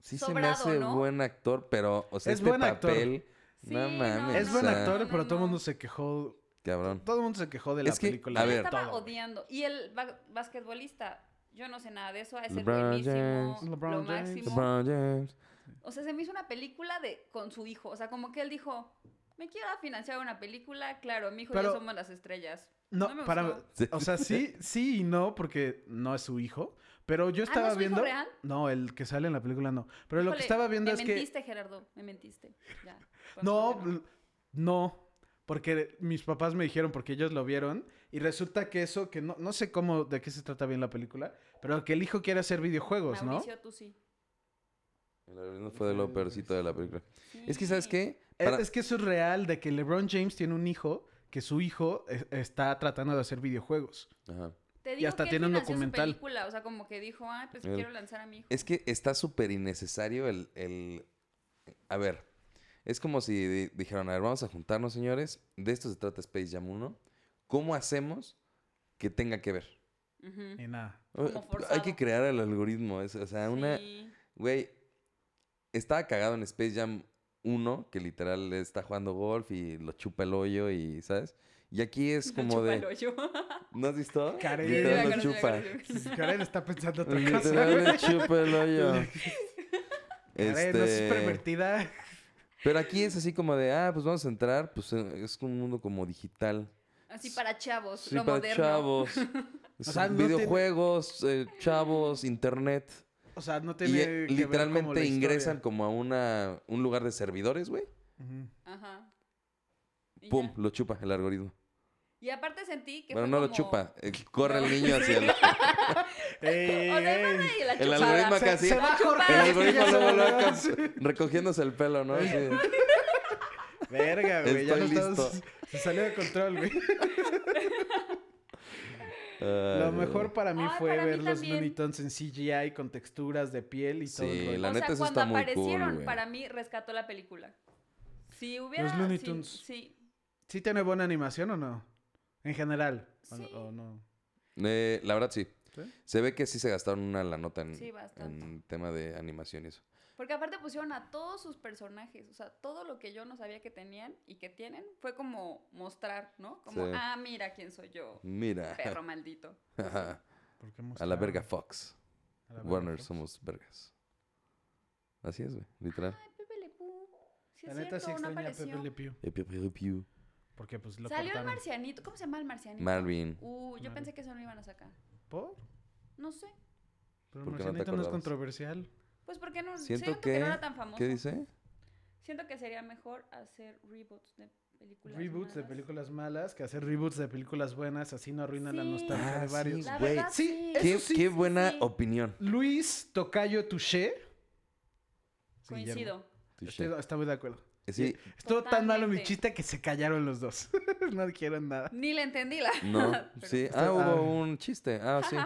Sí
Sobrado,
se me hace
¿no?
buen actor, pero. O sea,
Es
este
buen actor.
papel.
Sí,
no
no,
mames.
Es
o
buen
sea,
actor,
no,
pero
no,
todo el
no.
mundo se quejó.
Cabrón.
Todo el mundo se quejó de la
Es que,
película.
a
Yo
ver.
estaba
Todo, güey.
odiando. Y el ba- basquetbolista, yo no sé nada de eso, es el
LeBron
buenísimo,
James.
LeBron
lo
James.
máximo.
LeBron James.
O sea, se me hizo una película de con su hijo. O sea, como que él dijo, me quiero financiar una película, claro, mi hijo y
Pero-
yo somos las estrellas.
No,
No me
para.
gustó.
O sea, sí, sí y no, porque no es su hijo. Pero yo
Ah, ¿no
estaba
es su hijo
viendo.
real?
No, el que sale en la película no. Pero lo que
Híjole,
estaba viendo
me
es que.
mentiste, Gerardo, me mentiste. Ya. podemos
No,
continuar.
l- no. Porque mis papás me dijeron, porque ellos lo vieron, y resulta que eso, que no, no sé cómo, de qué se trata bien la película, pero que el hijo quiere hacer videojuegos,
Mauricio, tú sí.
El algoritmo fue de lo peorcito de la película. Es que, ¿sabes
Sí.
qué?
¿no?
Para-
Este Es, es que eso es real, de que LeBron James tiene un hijo, que su hijo es- está tratando de hacer videojuegos.
Ajá.
Te digo
hasta
que él
tiene un
financió su
documental.
película, o sea, como que dijo, ah, pues
El-
quiero lanzar a mi hijo.
Es que está súper innecesario el, el- A ver, es como si di- dijeran, a ver, vamos a juntarnos, señores. De esto se trata Space Jam 1. ¿Cómo hacemos que tenga que ver?
Ujú.
Y nada.
Como
Eh, Hay
forzado.
que crear el algoritmo. es- o sea, una...
Sí.
Güey, estaba cagado en Space Jam 1, que literal está jugando golf y lo chupa el hoyo y, ¿sabes? Y aquí es como de...
Chúpalo yo.
¿No has visto?
Karen. Sí,
Literal lo
la
chupa.
conozco, la conozco.
pues, Karen está pensando otra cosa.
Literal le chupa el hoyo.
Karen, no es
Este-
pervertida.
Pero aquí es así como de, ah, pues vamos a entrar, pues eh, es como un mundo como digital.
Así para chavos,
Sí,
lo
para
moderno.
chavos.
O sea,
Son
no tiene-
videojuegos, eh, chavos, internet.
O sea, no tiene
Y eh,
que ver como la
literalmente
historia.
ingresan como a una, un lugar de servidores, güey.
Ujú.
Ajá. Y
Pum,
ya.
lo chupa el algoritmo.
Y aparte sentí que
Bueno,
fue
no lo
como-
chupa. eh, corre el niño hacia el,
Ey,
O sea,
ey.
fue ahí la
el
chupada.
algoritmo acá así.
Se va
El
corriendo.
algoritmo
Ya se
luego, luego
va.
acá, recogiéndose el pelo, ¿no? Así.
Verga, güey. ya no
Estoy
estamos-
listo.
Se salió de control, güey.
Ay,
Lo
Dios.
mejor para mí
Ay,
fue
para mí
ver los
también.
Looney Tunes en CGI con texturas de piel y todo.
Sí,
el rollo.
La
o
neta,
sea,
eso
cuando
está muy cool,
aparecieron,
güey.
para mí rescató la película. Si hubiera.
Los Looney
sí,
Tunes.
Sí.
¿Sí tiene buena animación o no? En general. ¿O,
Sí.
o no?
Eh, la verdad, sí.
¿Sí?
Se ve que sí se gastaron una la nota en,
Sí, bastante.
en tema de animación y eso.
Porque aparte pusieron a todos sus personajes. O sea, todo lo que yo no sabía que tenían y que tienen fue como mostrar, ¿no? Como,
Sí.
ah, mira quién soy yo.
Mira.
Perro maldito.
a
¿Por qué
la
mostraron?
verga Fox.
A la verga,
Warner
Fox.
somos vergas. Así es, güey. Literal.
Ay, Pepe Le Pew. Sí,
La
es
neta sí
cierto, no
extraña a
apareció.
Pepe Le Pew.
Pew, pew, pew.
Porque pues lo
Salió el
cortaron.
marcianito. ¿Cómo se llama el marcianito?
Marvin.
Uh, yo
Marvin.
pensé que eso no lo iban a sacar.
¿Por?
No sé.
Pero el
¿Por qué no
marcianito no,
te
es
acordabas?
controversial.
Pues porque no
Siento
siento, que
que-
no era tan famoso.
¿Qué dice?
Siento que sería mejor hacer reboots de películas.
Reboots de
malas.
películas malas que hacer reboots de películas buenas, así no arruinan la
Sí.
nostalgia
Ah,
de
sí,
varios.
La
Güey,
verdad,
sí,
sí.
Eso
Qué,
sí,
qué
sí,
buena
sí.
opinión.
Luis Tocayo Touché. Sí, Guillermo.
Coincido.
Touché.
Estoy, estoy muy de acuerdo.
Sí,
Estuvo tan malo mi
Totalmente.
chiste que se callaron los dos. no dijeron nada.
Ni le entendí la.
no.
Pero-
Sí.
Estoy-
Ah,
ah.
hubo un chiste. Ah, sí.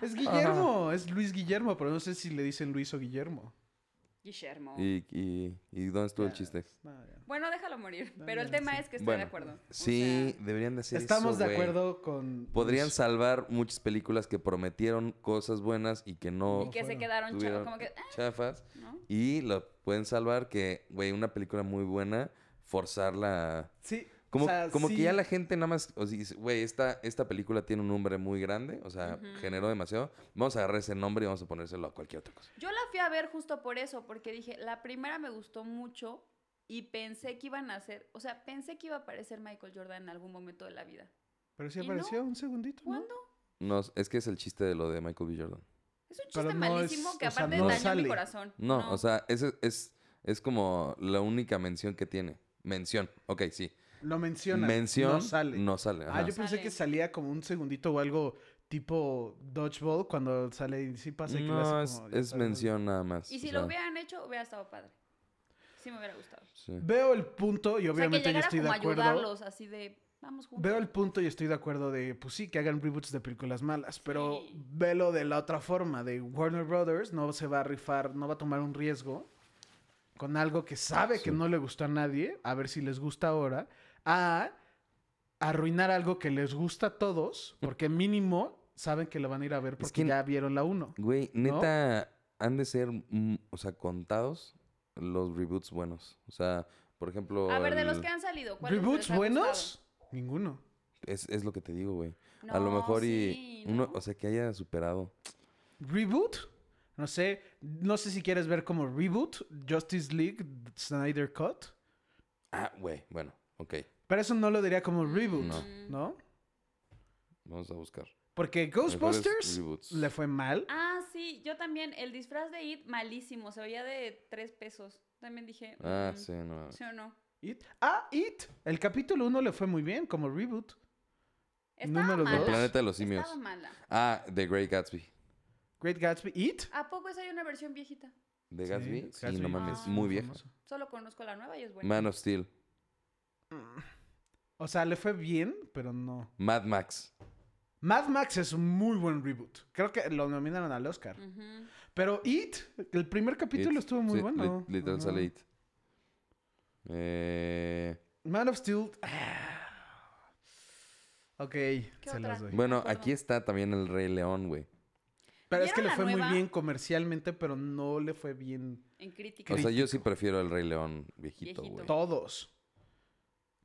Es Guillermo, es Luis Guillermo, pero no sé si le dicen Luis o Guillermo.
Guillermo.
¿Y, y, y dónde estuvo el
Ya.
chiste?
No, ya.
Bueno, déjalo morir.
No,
Pero el
ya,
tema
sí.
es que estoy
Bueno,
de acuerdo. O
Sí,
sea,
deberían decir
Estamos de
eso, güey.
acuerdo con.
Podrían
Luis.
salvar muchas películas que prometieron cosas buenas y que no
y que se
fueron.
quedaron
tuvieron
chavos. Como que. ah,
chafas.
¿no?
Y lo pueden salvar que, güey, una película muy buena, forzarla.
Sí.
Como,
o sea,
como
sí,
que ya la gente nada más o sea, dice, güey, esta, esta película tiene un nombre muy grande, o sea,
Ujú.
generó demasiado. Vamos a agarrar ese nombre y vamos a ponérselo a cualquier otra cosa.
Yo la fui a ver justo por eso, porque dije, la primera me gustó mucho y pensé que iban a hacer, o sea, pensé que iba a aparecer Michael Jordan en algún momento de la vida.
Pero sí
¿Y no?
apareció un segundito. ¿no?
¿Cuándo?
No, es que es el chiste de lo de Michael B. Jordan.
Es un chiste
Pero no es-
malísimo que
o sea,
aparte
no
dañó
sale.
mi corazón.
No, o sea, ese es, es como la única mención que tiene. Mención, ok, sí.
Lo mencionan.
Mención
No sale.
No sale.
ah,
ajá.
yo pensé
Sale.
que salía como un segundito o algo tipo Dodgeball cuando sale y sí pasa que le hace
No, es,
como- ya
es
sabes.
mención nada más.
Y
o
si
sea.
lo hubieran hecho, hubiera estado padre. Sí me hubiera gustado.
Sí.
Veo el punto y
O sea, que
obviamente yo
llegara
estoy de
como a
acuerdo.
ayudarlos, así de, vamos juntos.
Veo el punto y estoy de acuerdo de, pues sí, que hagan reboots de películas malas, pero
Sí.
velo de la otra forma, de Warner Brothers no se va a rifar, no va a tomar un riesgo con algo que sabe que
Sí.
no le gustó a nadie, a ver si les gusta ahora, a arruinar algo que les gusta a todos, porque mínimo saben que lo van a ir a ver porque
que-
ya vieron la 1.
Güey,
¿No?
neta, han de ser, mm, o sea, contados los reboots buenos. O sea, por ejemplo...
A ver, de los
el-
que han salido, ¿cuáles les
¿Reboots
ha gustado?
buenos? Ninguno.
Es, es lo que te digo, güey. a lo
No,
mejor
sí,
y... Uno,
¿no?
o sea, que haya superado.
¿Reboot? No sé, no sé si quieres ver como reboot, Justice League, Snyder Cut.
Ah, güey, bueno, ok.
Pero eso no lo diría como reboot,
Mm. No.
¿no?
Vamos a buscar.
Porque
Mejores
Ghostbusters
reboots.
le fue mal.
Ah, sí, yo también. El disfraz de It, malísimo. Se veía de tres pesos. También dije.
Ah,
mm,
sí, no.
¿Sí o no?
It. Ah, It. El capítulo 1 le fue muy bien como reboot.
Estaba
Número
mala.
El
dos.
planeta de los simios.
Estaba mala.
Ah, The Great Gatsby.
Great Gatsby. It.
¿A poco esa hay una versión viejita?
De
Sí,
Gatsby, sí, no mames,
Ah.
es
muy vieja.
famoso.
Solo conozco la nueva y es buena.
Man of Steel,
O sea, le fue bien, pero no.
Mad Max.
Mad Max es un muy buen reboot. Creo que lo nominaron al Oscar.
Ujú.
Pero It, el primer capítulo
It.
estuvo muy
Sí,
bueno.
lit- literal
Ajá.
sale It. Eh,
Man of Steel. ah. Ok, se
otra?
las doy.
bueno,
acuerdo.
aquí está también El Rey León, güey.
Pero es que
¿Vieron
le
la
fue muy
nueva?
bien comercialmente, pero no le fue bien
En crítica.
O sea, yo sí prefiero El Rey León viejito,
Viejito.
güey.
todos.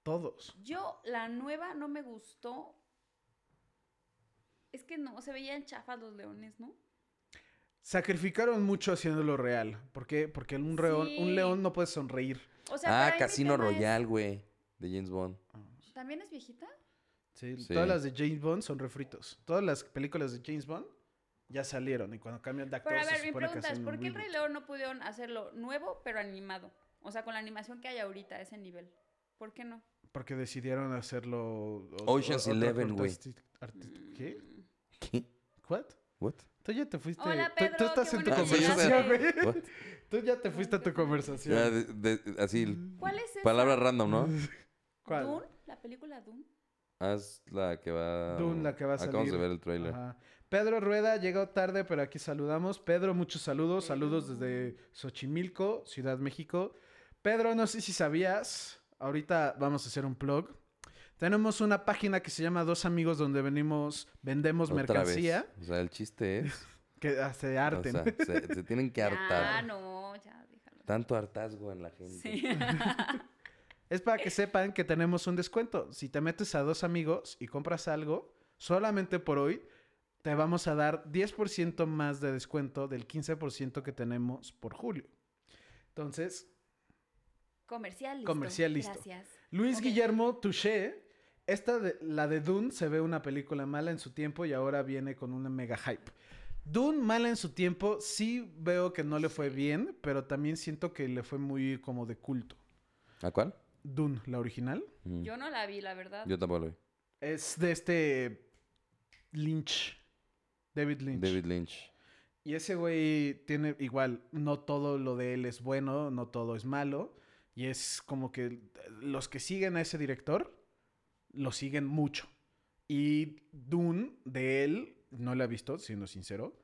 Todos.
Yo, la nueva no me gustó. Es que no, se veían chafas los leones, ¿no?
Sacrificaron mucho haciéndolo real. ¿Por qué? Porque un, reón- un
Sí.
león no puede sonreír.
O sea,
Ah,
pero ahí mi
Casino
tema es-
Royale, güey. De James Bond.
¿También es viejita?
Sí,
Sí.
Todas las de James Bond son refritos. Todas las películas de James Bond ya salieron. Y cuando cambian de actor,
Pero a ver,
se
mi
supone que
pregunta es,
hacen un
¿por qué el Rey
reboot.
León no pudieron hacerlo nuevo, pero animado? O sea, con la animación que hay ahorita, a ese nivel. ¿Por qué no?
Porque decidieron hacerlo. o-
Ocean's
otro
Eleven, güey.
artisti- arti- ¿Qué?
Mm.
¿Qué?
¿What?
¿What?
Tú ya te fuiste.
Hola,
tú- tú,
Pedro,
estás
qué
en tu
bueno que
conversación,
llegaste.
güey.
What?
Tú ya te fuiste a tu conversación.
Ya, de- de-
Mm.
así,
¿Cuál es esa?
palabra random, ¿no?
¿Cuál?
Mm. ¿Dune? ¿La película Dune?
Haz la que va...
Dune, la que va a
Acabamos de
salir.
ver el tráiler.
Ajá. Pedro Rueda llegó tarde, pero aquí saludamos. Pedro, muchos saludos. Saludos desde Xochimilco, Ciudad México. Pedro, no sé si sabías, ahorita vamos a hacer un plug. Tenemos una página que se llama Dos Amigos donde venimos, vendemos
Otra vez.
mercancía,
O sea, el chiste es...
que hace de
o
arte.
sea, se, se tienen que
Ah,
hartar.
no, ya, déjalo.
Tanto hartazgo en la gente.
Sí.
Es para que sepan que tenemos un descuento. Si te metes a Dos Amigos y compras algo, solamente por hoy te vamos a dar 10% más de descuento del 15% que tenemos por julio. Entonces,
Comercial listo.
Comercial listo.
Gracias.
Luis
Ok.
Guillermo Touché, esta de- la de Dune se ve una película mala en su tiempo y ahora viene con una mega hype. Dune mala en su tiempo, sí veo que no le fue bien, pero también siento que le fue muy como de culto.
¿A cuál?
Dune, la original,
Mm.
Yo no la vi, la verdad.
Yo tampoco lo vi.
es de este Lynch, David Lynch.
David Lynch.
Y ese güey tiene igual, no todo lo de él es bueno, no todo es malo. Y es como que eh, los que siguen a ese director, lo siguen mucho. Y Dune, de él, no la he visto, siendo sincero.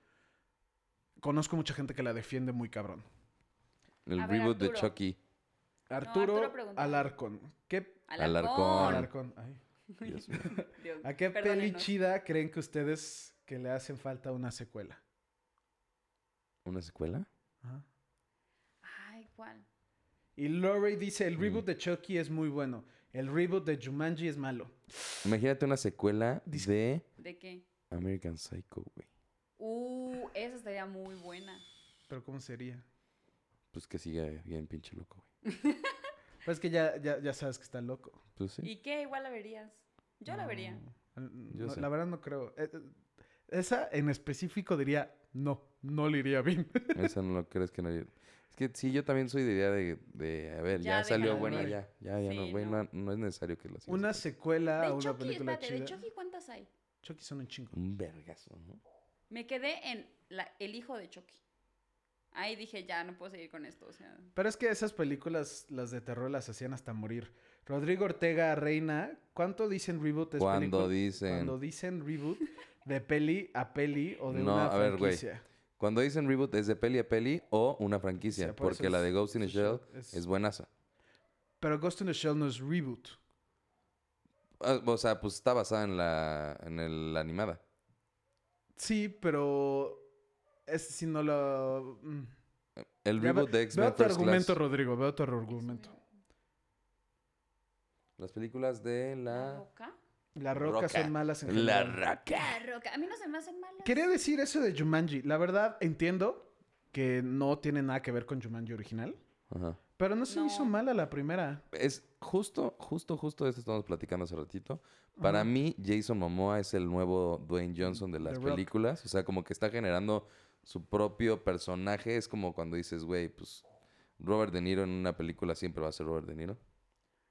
Conozco mucha gente que la defiende muy cabrón.
El
A ver,
reboot de
Arturo.
Chucky.
Arturo,
Arturo preguntó.
Alarcón. ¿Qué,
Alarcón.
Alarcón, ay.
Dios mío.
Dios,
¿A qué peli
perdónenos.
chida creen que ustedes que le hacen falta una secuela?
¿Una secuela?
Ajá.
Ay, ¿cuál?
Y Lorray dice, el
Mm.
reboot de Chucky es muy bueno. El reboot de Jumanji es malo.
Imagínate una secuela
Dis-
de
¿De qué?
American Psycho, güey.
Uh, esa estaría muy buena.
Pero ¿cómo sería?
Pues que sigue bien pinche loco, güey.
Pues que ya, ya, ya sabes que está loco.
Pues sí.
¿Y qué? Igual la verías. Yo la vería.
No,
Yo
no,
sé.
la verdad no creo. Eh, eh, Esa en específico diría, no, no le iría bien.
Esa no lo crees que nadie... Es que sí, yo también soy de idea de... de, a ver,
Ya,
ya, salió
déjala
buena,
morir.
ya. Ya, ya
Sí,
no, güey.
no.
No. no es necesario que la sigas.
Una
haciendo.
secuela a
De
Ah, una
Chucky,
película
espérate, ¿de
chida.
Chucky cuántas hay?
Chucky son un chingo.
Un vergazo, ¿no?
Me quedé en la- El hijo de Chucky. Ahí dije, ya, no puedo seguir con esto, o sea.
Pero es que esas películas, las de terror, las hacían hasta morir. Rodrigo Ortega Reina, ¿cuánto dicen reboot? Es
Cuando
película?
dicen.
Cuando dicen reboot, de peli a peli o de
No,
una
a ver, güey.
franquicia.
Cuando dicen reboot es de peli a peli o una franquicia,
Sí, por eso
porque la
es-
de Ghost in a
es Shell,
Shell
es-
es, buenaza.
Pero Ghost in the Shell no es reboot.
Ah, O sea, pues está basada en la en el- la animada.
Sí, pero es si no lo... mm.
El
Ya ve-
reboot de X-Men
Veo tu
First Class.
argumento, Rodrigo, veo tu argumento.
Las películas de
¿La
la
roca?
La roca,
Roca.
son malas en
La
general.
Roca.
La roca. A mí no se me hacen malas.
Quería decir eso de Jumanji. La verdad, entiendo que no tiene nada que ver con Jumanji original.
Ajá.
Pero no se me
No.
hizo mala la primera.
Es justo, justo, justo de esto estamos platicando hace ratito. Para
Ajá.
mí, Jason Momoa es el nuevo Dwayne Johnson de las
Rock.
películas. O sea, como que está generando su propio personaje. Es como cuando dices, güey, pues Robert De Niro en una película siempre va a ser Robert De Niro.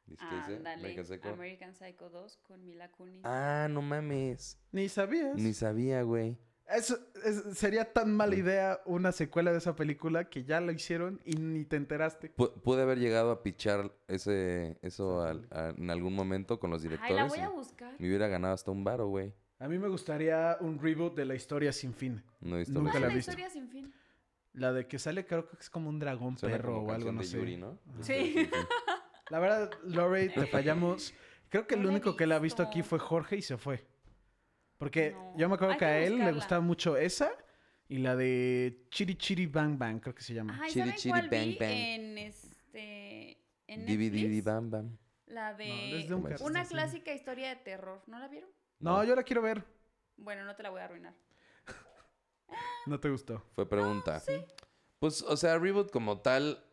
¿Viste? dice?
Ándale,
American Psycho.
American Psycho 2 con Mila Kunis.
Ah, no mames.
Ni sabías.
Ni sabía, güey.
Eso es- sería tan mala
Mm.
idea una secuela de esa película que ya lo hicieron y ni te enteraste.
Pu- pude haber llegado a pichar ese, eso
Esa
al- a- en algún momento con los directores.
Ay, la voy
y
a buscar.
me hubiera ganado hasta un varo, güey.
A mí me gustaría un reboot de la historia sin fin.
No he visto
Nunca
¿Cuál es
la
la
he visto.
Pues historia sin fin?
La de que sale, creo que es como un dragón
Suena
perro
como
o algo,
canción
no
de
sé.
Yuri, ¿no?
Sí.
La verdad, Lore, te fallamos. Creo que
No
el
la he
único que la ha visto
visto.
aquí fue Jorge y se fue. Porque
No.
yo me acuerdo
Hay
que,
que
a él le
buscarla.
gustaba mucho esa y la de Chiri Chiri Bang Bang, creo que se llama.
Ay,
Mm. Chiri,
¿saben
chiri,
cuál
bang,
vi
bang.
en este en
DVD,
Netflix?
bam, bam.
La de
No, es de un
manches.
una
cartón, sí.
clásica historia de terror. ¿No la vieron?
No, yo la quiero ver.
Bueno, no te la voy a arruinar.
No te gustó.
Fue
Ah,
pregunta. Pues, o sea, reboot como tal.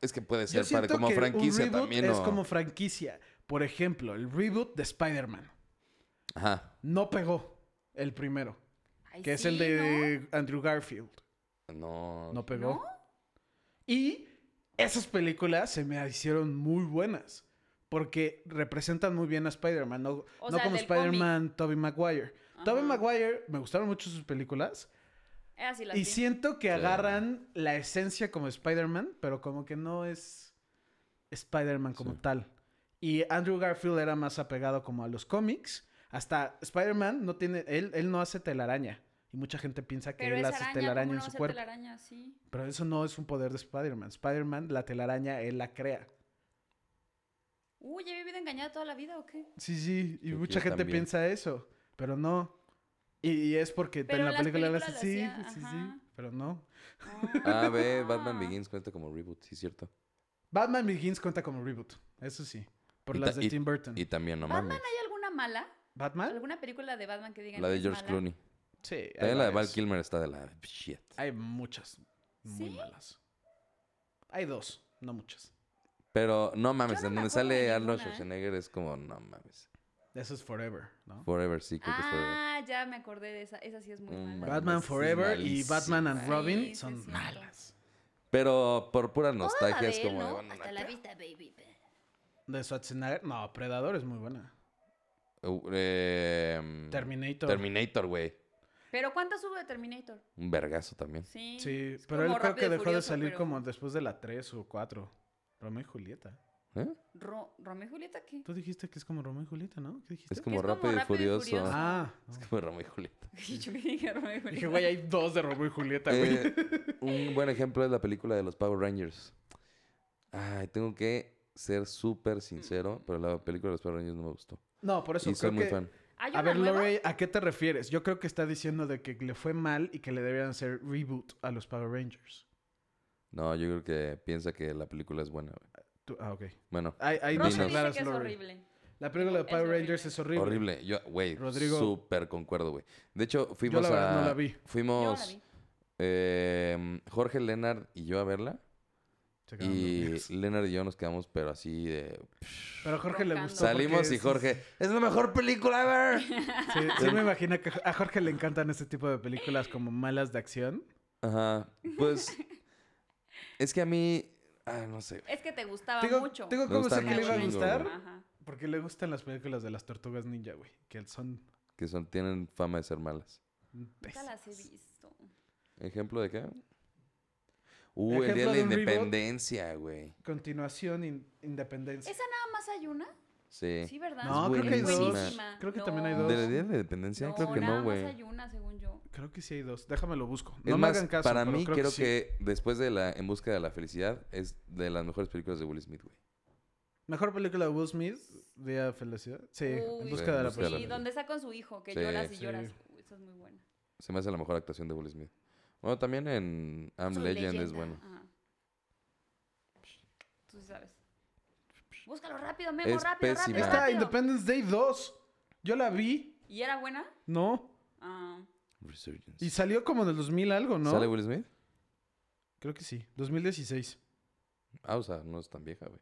Es que puede
Yo
ser para,
siento
como
que un
franquicia
reboot
también.
Es
¿no?
como franquicia. Por ejemplo, el reboot de Spider-Man.
Ajá.
No pegó el primero,
Ay,
que es
sí,
el
¿no?
de Andrew Garfield.
No.
No pegó.
¿No?
Y esas películas se me hicieron muy buenas. Porque representan muy bien a Spider-Man. No,
O
no
sea,
como
del cómic.
Spider-Man, Tobey Maguire. Tobey
Ajá.
Maguire, me gustaron mucho sus películas.
Ah, sí, la
Y
vi.
siento que
Sí.
agarran la esencia como Spider-Man, pero como que no es Spider-Man como
Sí.
tal. Y Andrew Garfield era más apegado como a los cómics. Hasta Spider-Man no tiene, él, él no hace telaraña. Y mucha gente piensa que
Pero
él
es
hace
araña,
telaraña
¿cómo
en
no va a
su
ser
cuerpo.
telaraña? Sí.
Pero eso no es un poder de Spider-Man. Spider-Man, la telaraña, él la crea.
Uy, ¿he vivido engañada toda la vida o qué?
Sí, sí, y
Creo que
mucha
yo
gente
también.
piensa eso, pero no. Y, y es porque
Pero
en la
las
película le
películas
hace, sí,
lo hacía,
sí,
ajá.
sí, pero no.
Ah, ve, Batman
Ah.
Begins cuenta como reboot, sí, cierto.
Batman Begins cuenta como reboot, eso sí, por
Y
las
ta-
de Tim Burton.
Y también, no
Batman
mames.
¿Hay alguna mala?
¿Batman?
¿Alguna película de Batman que digan
La
que
de
es
George
mala?
Clooney.
Sí. hay
También la de Val
varias.
Kilmer está de la shit.
Hay muchas muy
¿Sí?
malas. Hay dos, no muchas.
Pero no
Yo
mames,
no
en donde
me acuerdo de
sale Arnold
ninguna, ¿eh?
Schwarzenegger es como, no mames.
Eso es Forever, ¿no?
Forever, sí, creo que es Forever.
Ah, ya me acordé de esa. Esa sí es muy
Mm,
mala.
Batman
es
Forever y Batman and
malísima.
Robin
Sí, sí,
son
es cierto.
malas.
Pero por pura
Toda la
nostalgia
de
es
él,
como. de,
¿no?
bueno,
Hasta la vista, baby.
De Schwarzenegger, no, Predador es muy buena.
uh, em,
Terminator.
Terminator, güey.
Pero ¿cuántas hubo de Terminator?
Un vergazo también.
Sí.
Sí,
es
pero él
como
creo que
Rápido y
dejó de
Furioso,
salir
pero-
como después de la 3 o 4. Romeo y Julieta.
¿Eh?
Ro- ¿Romeo y Julieta qué?
Tú dijiste que es como Romeo y Julieta, ¿no? ¿Qué dijiste?
Es como
es como
rápido y
Rápido y
furioso.
Furioso.
Ah.
Es como Romeo y Julieta.
Yo dije Romeo y Julieta.
Dije, güey, hay dos de Romeo y Julieta, güey.
Eh, un buen ejemplo es la película de los Power Rangers. Ay, tengo que ser súper sincero, pero la película de los Power Rangers no me gustó.
no, Mm. por eso
y soy
creo
muy
que...
fan.
¿Hay
A
una
ver,
nueva?
Lorey, ¿a qué te refieres? Yo creo que está diciendo de que le fue mal y que le debían hacer reboot a los Power Rangers.
No, yo creo que piensa que la película es buena. güey.
Tú- ah, ok.
Bueno,
Hay, hay dos
Rosa
Rosa
dinos.
dice
claras,
que es
Lorey.
horrible.
La película de
Es
Power
horrible.
Rangers es horrible.
horrible. Yo, güey,
Rodrigo.
súper concuerdo, güey. De hecho, fuimos
Yo la verdad
a.
no la vi.
Yo no
Fuimos
la vi.
eh, Jorge Leonard y yo a verla.
Se quedaron
Y
dormidos.
Leonard y yo nos quedamos, pero así de.
Pero Jorge le
Roncando.
gustó. porque
Salimos y
es-
Jorge, es la mejor película ever.
Sí, sí me imagino que a Jorge le encantan este tipo de películas como malas de acción.
Ajá. Pues. Es que a mí. Ah, no sé.
Es que te gustaba
Tengo,
Ah, mucho.
tengo
Me
como sé
gustan
que le iba a
chingo,
gustar
güey.
Ajá.
porque le gustan las películas de las tortugas ninja, güey. Que son
Que son, tienen fama de ser malas.
Nunca
pésimas.
las he visto.
¿Ejemplo de qué? Uh, el
Ejemplo
día de la
de un reboot.
independencia, güey.
Continuación, in- independencia.
¿Esa nada más hay una?
Sí.
Sí, ¿verdad?
No, creo que hay dos.
Buenísima.
Creo que también hay dos.
¿De la día de la independencia? creo que
nada
no, güey.
más hay una, según yo.
Creo que sí hay dos. Déjame lo busco.
Es
No me
más,
hagan caso.
para
pero
mí
creo
creo
sí.
que, después de la En Busca de la Felicidad es de las mejores películas de Will Smith, güey.
Mejor película de Will Smith, Día de Felicidad. Sí,
Uy,
en busca
Sí,
de la
Busca de la
Sí,
Felicidad.
donde está con su hijo, que
Sí,
lloras y
sí.
lloras. Uy, esa es muy buena.
Se me hace la mejor actuación de Will Smith. Bueno, también en I'm
Soy
Legend es
leyenda.
bueno.
Ajá. Tú sí sabes. Búscalo rápido, Memo,
Es
rápido,
pésima.
rápido,
Está
rápido.
Independence Day 2. Yo la vi.
¿Y era buena?
No.
Ah,
Resurgence.
Y salió como en el 2000 algo, ¿no?
¿Sale Will Smith?
Creo que sí. 2016.
Ah, o sea, no es tan vieja, güey.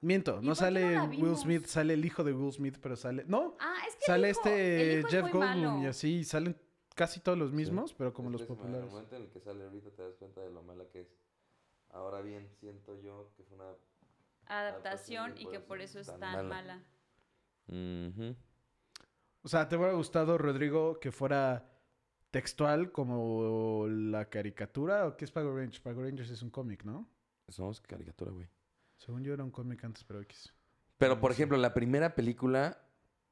Miento,
¿Y por
no
qué
sale
no la
Will
vimos?
Smith, sale el hijo de Will Smith, pero sale. No,
Ah, es que el
sale
hijo- el
este
hijo es
Jeff
muy
Goldblum
malo.
y así, y salen casi todos los mismos, pero
Este
como los populares.
en el que sale ahorita te das cuenta de lo mala que es. Ahora bien, siento yo que fue una...
Adaptación y que por eso es tan mala.
O sea, ¿te hubiera gustado, Rodrigo, que fuera textual como la caricatura? ¿O qué es Power Rangers? Power Rangers es un cómic, ¿no?
Somos caricatura, güey.
Según yo era un cómic antes, pero X.
Pero,
No
por
sé.
ejemplo, la primera película,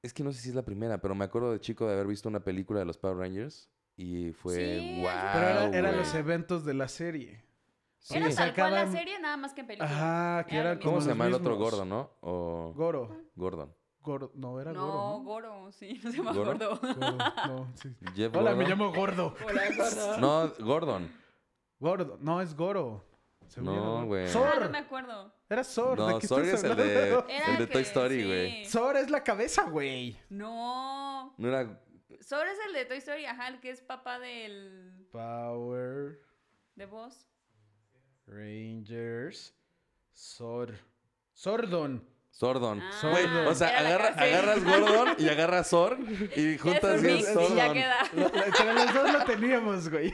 es que no sé si es la primera, pero me acuerdo de chico de haber visto una película de los Power Rangers y fue
Sí,
wow.
Pero era,
Ah,
era
güey.
los e- eventos de la serie.
Sí.
era
o sea,
tal cual la
cada-
serie, nada más que en película.
Ajá, que
Era
eran
lo
como
¿Cómo
mismo.
se
los
llama el otro
mismos.
gordo, no? O
Goro.
Gordon.
Goro. No, era
no,
Goro.
Goro, sí, no se llama
¿Goro?
Gordo.
¿no? Goro, no, sí.
Jeff
Hola, me
Gordon.
llamo Gordo.
Hola, Gordo.
No, Gordon.
Gordo. No, es Goro. Según yo era
No,
Goro.
güey.
Ah, no
Sor.
me acuerdo.
Era Sor. ¿de
No,
qué
Sor
estás
es el
hablando?
de,
Era
el de Toy
que-
Story,
sí.
güey.
Sor es la cabeza, güey.
No.
No era...
Sor es el de Toy Story, ajá, el que es papá del.
Power
de vos.
Rangers. Sor. Sordon.
Sordon.
Ah,
Güey, o sea,
era la
agarra-
cabeza.
agarras Gordon y agarras Sor y juntas
es
bien
un mix y ya
Sordon.
queda.
Lo- lo- Entre los dos lo teníamos, güey.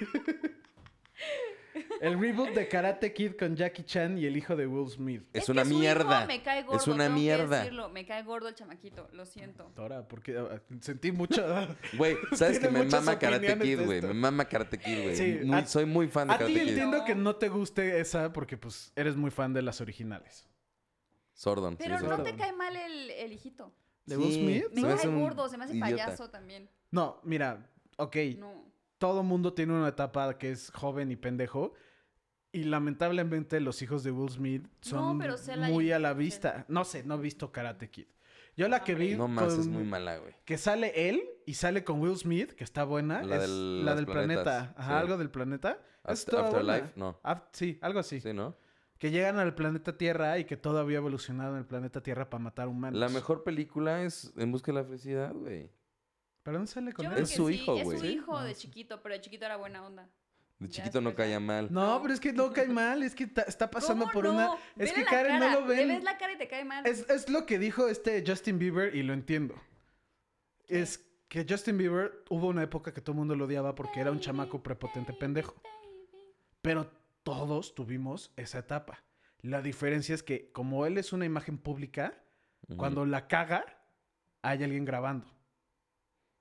El reboot de Karate Kid con Jackie Chan y el hijo de Will Smith.
Es
que
una
su hijo
mierda.
me cae gordo,
Es una
tengo que
mierda.
decirlo, Me cae gordo el chamaquito, lo siento.
Ahora, porque ah, sentí mucho.
Güey, ¿sabes que
Tiene
me
muchas
mama Karate
opiniones
Kid,
de
güey?
esto.
Me mama Karate Kid, güey.
Sí,
Muy-
a-
soy muy fan de
A ti
Karate Kid.
entiendo
No.
que no te guste esa porque pues eres muy fan de las originales.
Sordon. sí,
Pero
es
no
Sordon.
te cae mal el, el hijito.
¿De Will Smith?
Se
Me
me
cae
hace un
gordo, se me hace
idiota.
payaso también.
No, mira, ok,
No.
todo mundo tiene una etapa que es joven y pendejo. Y lamentablemente los hijos de Will Smith son
pero sé la
muy a la
intención.
vista. No sé, no he visto Karate Kid. Yo la que vi
No más, es
con-
muy mala, güey.
que sale él y sale con Will Smith, que está buena,
La
es
del-
la
las
del planeta.
planetas,
Ajá,
sí.
algo del planeta. Esa
Aft-
estaba buena.
Afterlife, no.
Af- sí, algo así.
Sí, ¿no?
Que llegan al planeta Tierra y que todo había evolucionado en el planeta Tierra para matar humanos.
La mejor película es En busca de la felicidad, güey.
¿Pero dónde sale con
Yo
él?
creo
Es
que
su
sí,
hijo,
Es
güey.
su
Sí,
hijo
no,
de
sí.
chiquito, pero de chiquito era buena onda.
De
Ya
chiquito no
después ya.
caía mal.
No, pero es que no cae mal, es que ta- está pasando
¿Cómo
por
no?
una... Es
Vele
que
la
Karen
cara,
no lo ven.
Le ves la cara y te cae mal.
Es, es lo que dijo este Justin Bieber y lo entiendo.
¿Qué?
Es que Justin Bieber hubo una época que todo el mundo lo odiaba porque era un
Baby,
chamaco prepotente
baby,
pendejo.
baby.
Pero todos tuvimos esa etapa. La diferencia es que como él es una imagen pública,
Ujú.
cuando la caga, hay alguien grabando.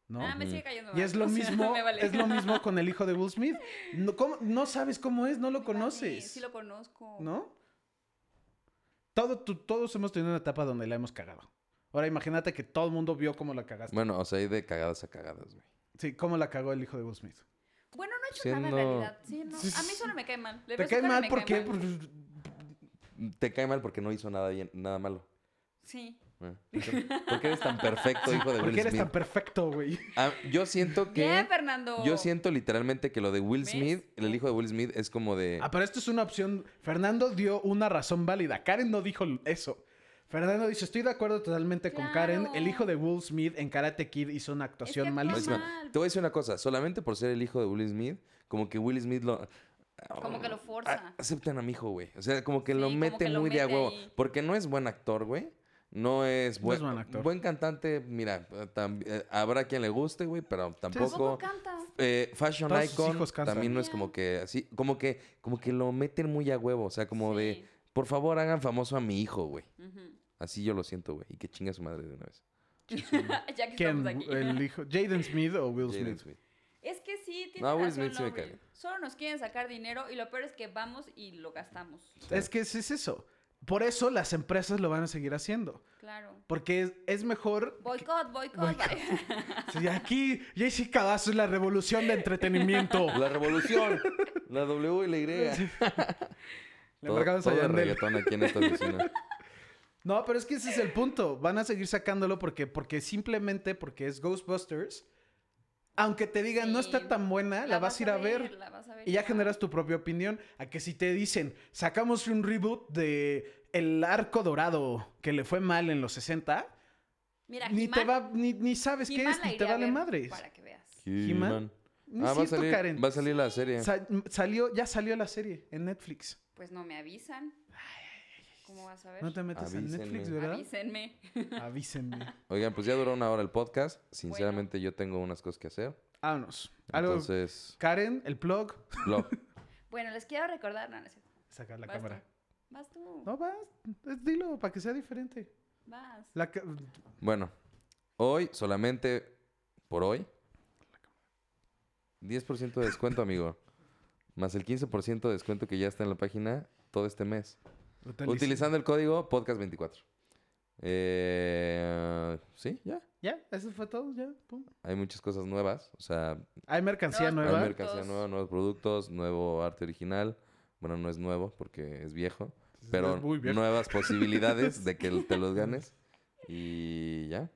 ¿No?
Ah, me
Ujú.
sigue cayendo mal.
Y es lo
o sea,
mismo,
me vale.
es lo mismo con el hijo de Will Smith. No, ¿cómo? No sabes cómo es, no lo
Me vale,
conoces.
Sí, lo conozco.
¿No? Todo, tu- todos hemos tenido una etapa donde la hemos cagado. Ahora imagínate que todo el mundo vio cómo la cagaste.
Bueno, o sea, hay de cagadas a cagadas, güey.
Sí, cómo la cagó el hijo de Will Smith.
Bueno, no he hecho nada en
Siendo-
realidad. Sí, no. A mí solo me cae mal. Le
¿Te
ves su
cae
cara y
mal? pues,
me
¿Por qué?
mal.
Te cae mal porque no hizo nada bien, nada malo.
Sí.
Eh, ¿Por qué eres tan perfecto, hijo de
¿Por
Will
qué eres
Smith?
tan perfecto, güey?
Ah, yo siento que...
Bien, Fernando.
Yo siento literalmente que lo de Will
¿Ves?
Smith, el hijo de Will Smith, es como de...
Ah, pero esto es una opción. Fernando dio una razón válida. Karen no dijo eso. Fernando dice, estoy de acuerdo totalmente con Karen. El
Claro.
hijo de Will Smith en Karate Kid hizo una actuación
actúa
malísima.
Malísima.
Pues mal.
Te voy a decir una cosa, solamente por ser el hijo de Will Smith, como que Will Smith lo...
Como que lo forza.
Ah, A- aceptan a mi hijo, güey. O sea, como que lo
Sí, como
mete
que lo
muy de a
mete
huevo.
ahí.
Porque no es buen actor, güey. No es
No
buen,
es buen actor.
buen cantante, mira, eh, tam- eh, habrá quien le guste, güey, pero
Tampoco
tampoco...
canta.
Eh, fashion
Todos sus
Icon
hijos cantan.
también no es como que así, como que, como que lo meten muy a huevo, o sea, como de, por favor hagan famoso a mi hijo, güey.
Sí. Ujú.
Así yo lo siento, güey, y que chinga su madre de una vez.
ya que
¿Quién?
estamos aquí.
¿El hijo? ¿Jaden Smith o Will
Jaden
Smith?
Smith.
Es que sí, tiene
No, Will
razón,
Smith sí me
Aubrey.
caga.
Solo nos quieren sacar dinero y lo peor es que vamos y lo gastamos.
Es que ese es eso. Por eso las empresas lo van a seguir haciendo.
Claro.
Porque es, es mejor.
Boicot, boicot.
Boicot. Sí, aquí, JC Cavazos, la revolución de entretenimiento.
La revolución. La W y la Y.
Le
Todo,
marcamos a
todo el
Yandel.
reggaetón aquí en esta oficina.
No, pero es que ese es el punto. Van a seguir sacándolo porque, porque simplemente porque es Ghostbusters. Aunque te digan no
Sí.
está tan buena, Ah, la, vas a ir a ver.
la vas a ver.
Y ya generas tu propia opinión. A que si te dicen, sacamos un reboot de El Arco Dorado que le fue mal en los 60,
Mira,
ni te
He-Man-
va, ni, ni sabes qué
He-Man
es,
la
ni
iré
te
a
vale
ver
madres.
Para que veas.
He-Man.
He-Man. Ah,
No es
va a
cierto,
salir,
Karen.
va a salir la serie.
Sa- salió, ya salió la serie en Netflix.
Pues no me avisan. ¿Cómo vas a ver?
No te metes
Avísenme.
en Netflix, ¿verdad?
Avísenme.
Avísenme.
Oigan, pues ya duró una hora el podcast. Sinceramente, yo tengo unas cosas que hacer.
Vámonos. Algo-
Entonces,
Karen, el blog.
blog.
Bueno, les quiero recordar. No, no es cierto.
Sacar la
Vas
cámara.
tú. Vas tú.
No, vas. es- Dilo, para que sea diferente.
Vas.
La ca-
Bueno, hoy, solamente por hoy, 10% de descuento, amigo. Más el 15% de descuento que ya está en la página todo este mes.
Utiliza-
Utilizando el código podcast24. Eh, sí, ya.
Ya, eso fue todo, ya. pum.
Hay muchas cosas nuevas. O sea,
Hay mercancía
Nuevas
nueva.
hay
merc-
mercancía
Productos.
nueva, nuevos productos, nuevo arte original. Bueno, no es nuevo porque es viejo. Pero
Es muy viejo.
nuevas posibilidades de que te los ganes. Y ya.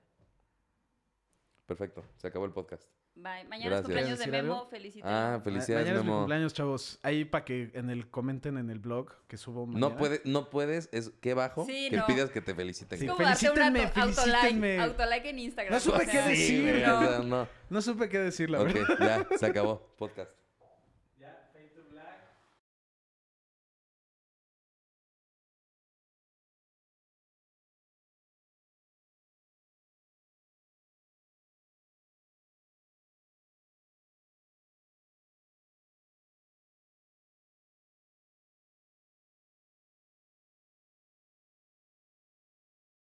Perfecto. Se acabó el podcast.
Bye.
Gracias.
Mañana es cumpleaños de
¿Quieres decir
Memo.
algo?
Felicítalo.
Ah,
Ma-
felicidades,
mañana es mi
Memo.
cumpleaños, chavos. Ahí para que en el comenten en el blog que subo mañana.
No, puede, no puedes, es que bajo
Sí,
que
no.
pidas que te feliciten.
Es
Sí.
como darte un
felicítenme,
auto-
felicítenme.
autolike. Autolike en Instagram.
No supe
o sea,
qué
güey,
decir.
o sea, no.
No supe qué decir, la
Ok,
verdad.
ya, se acabó. Podcast.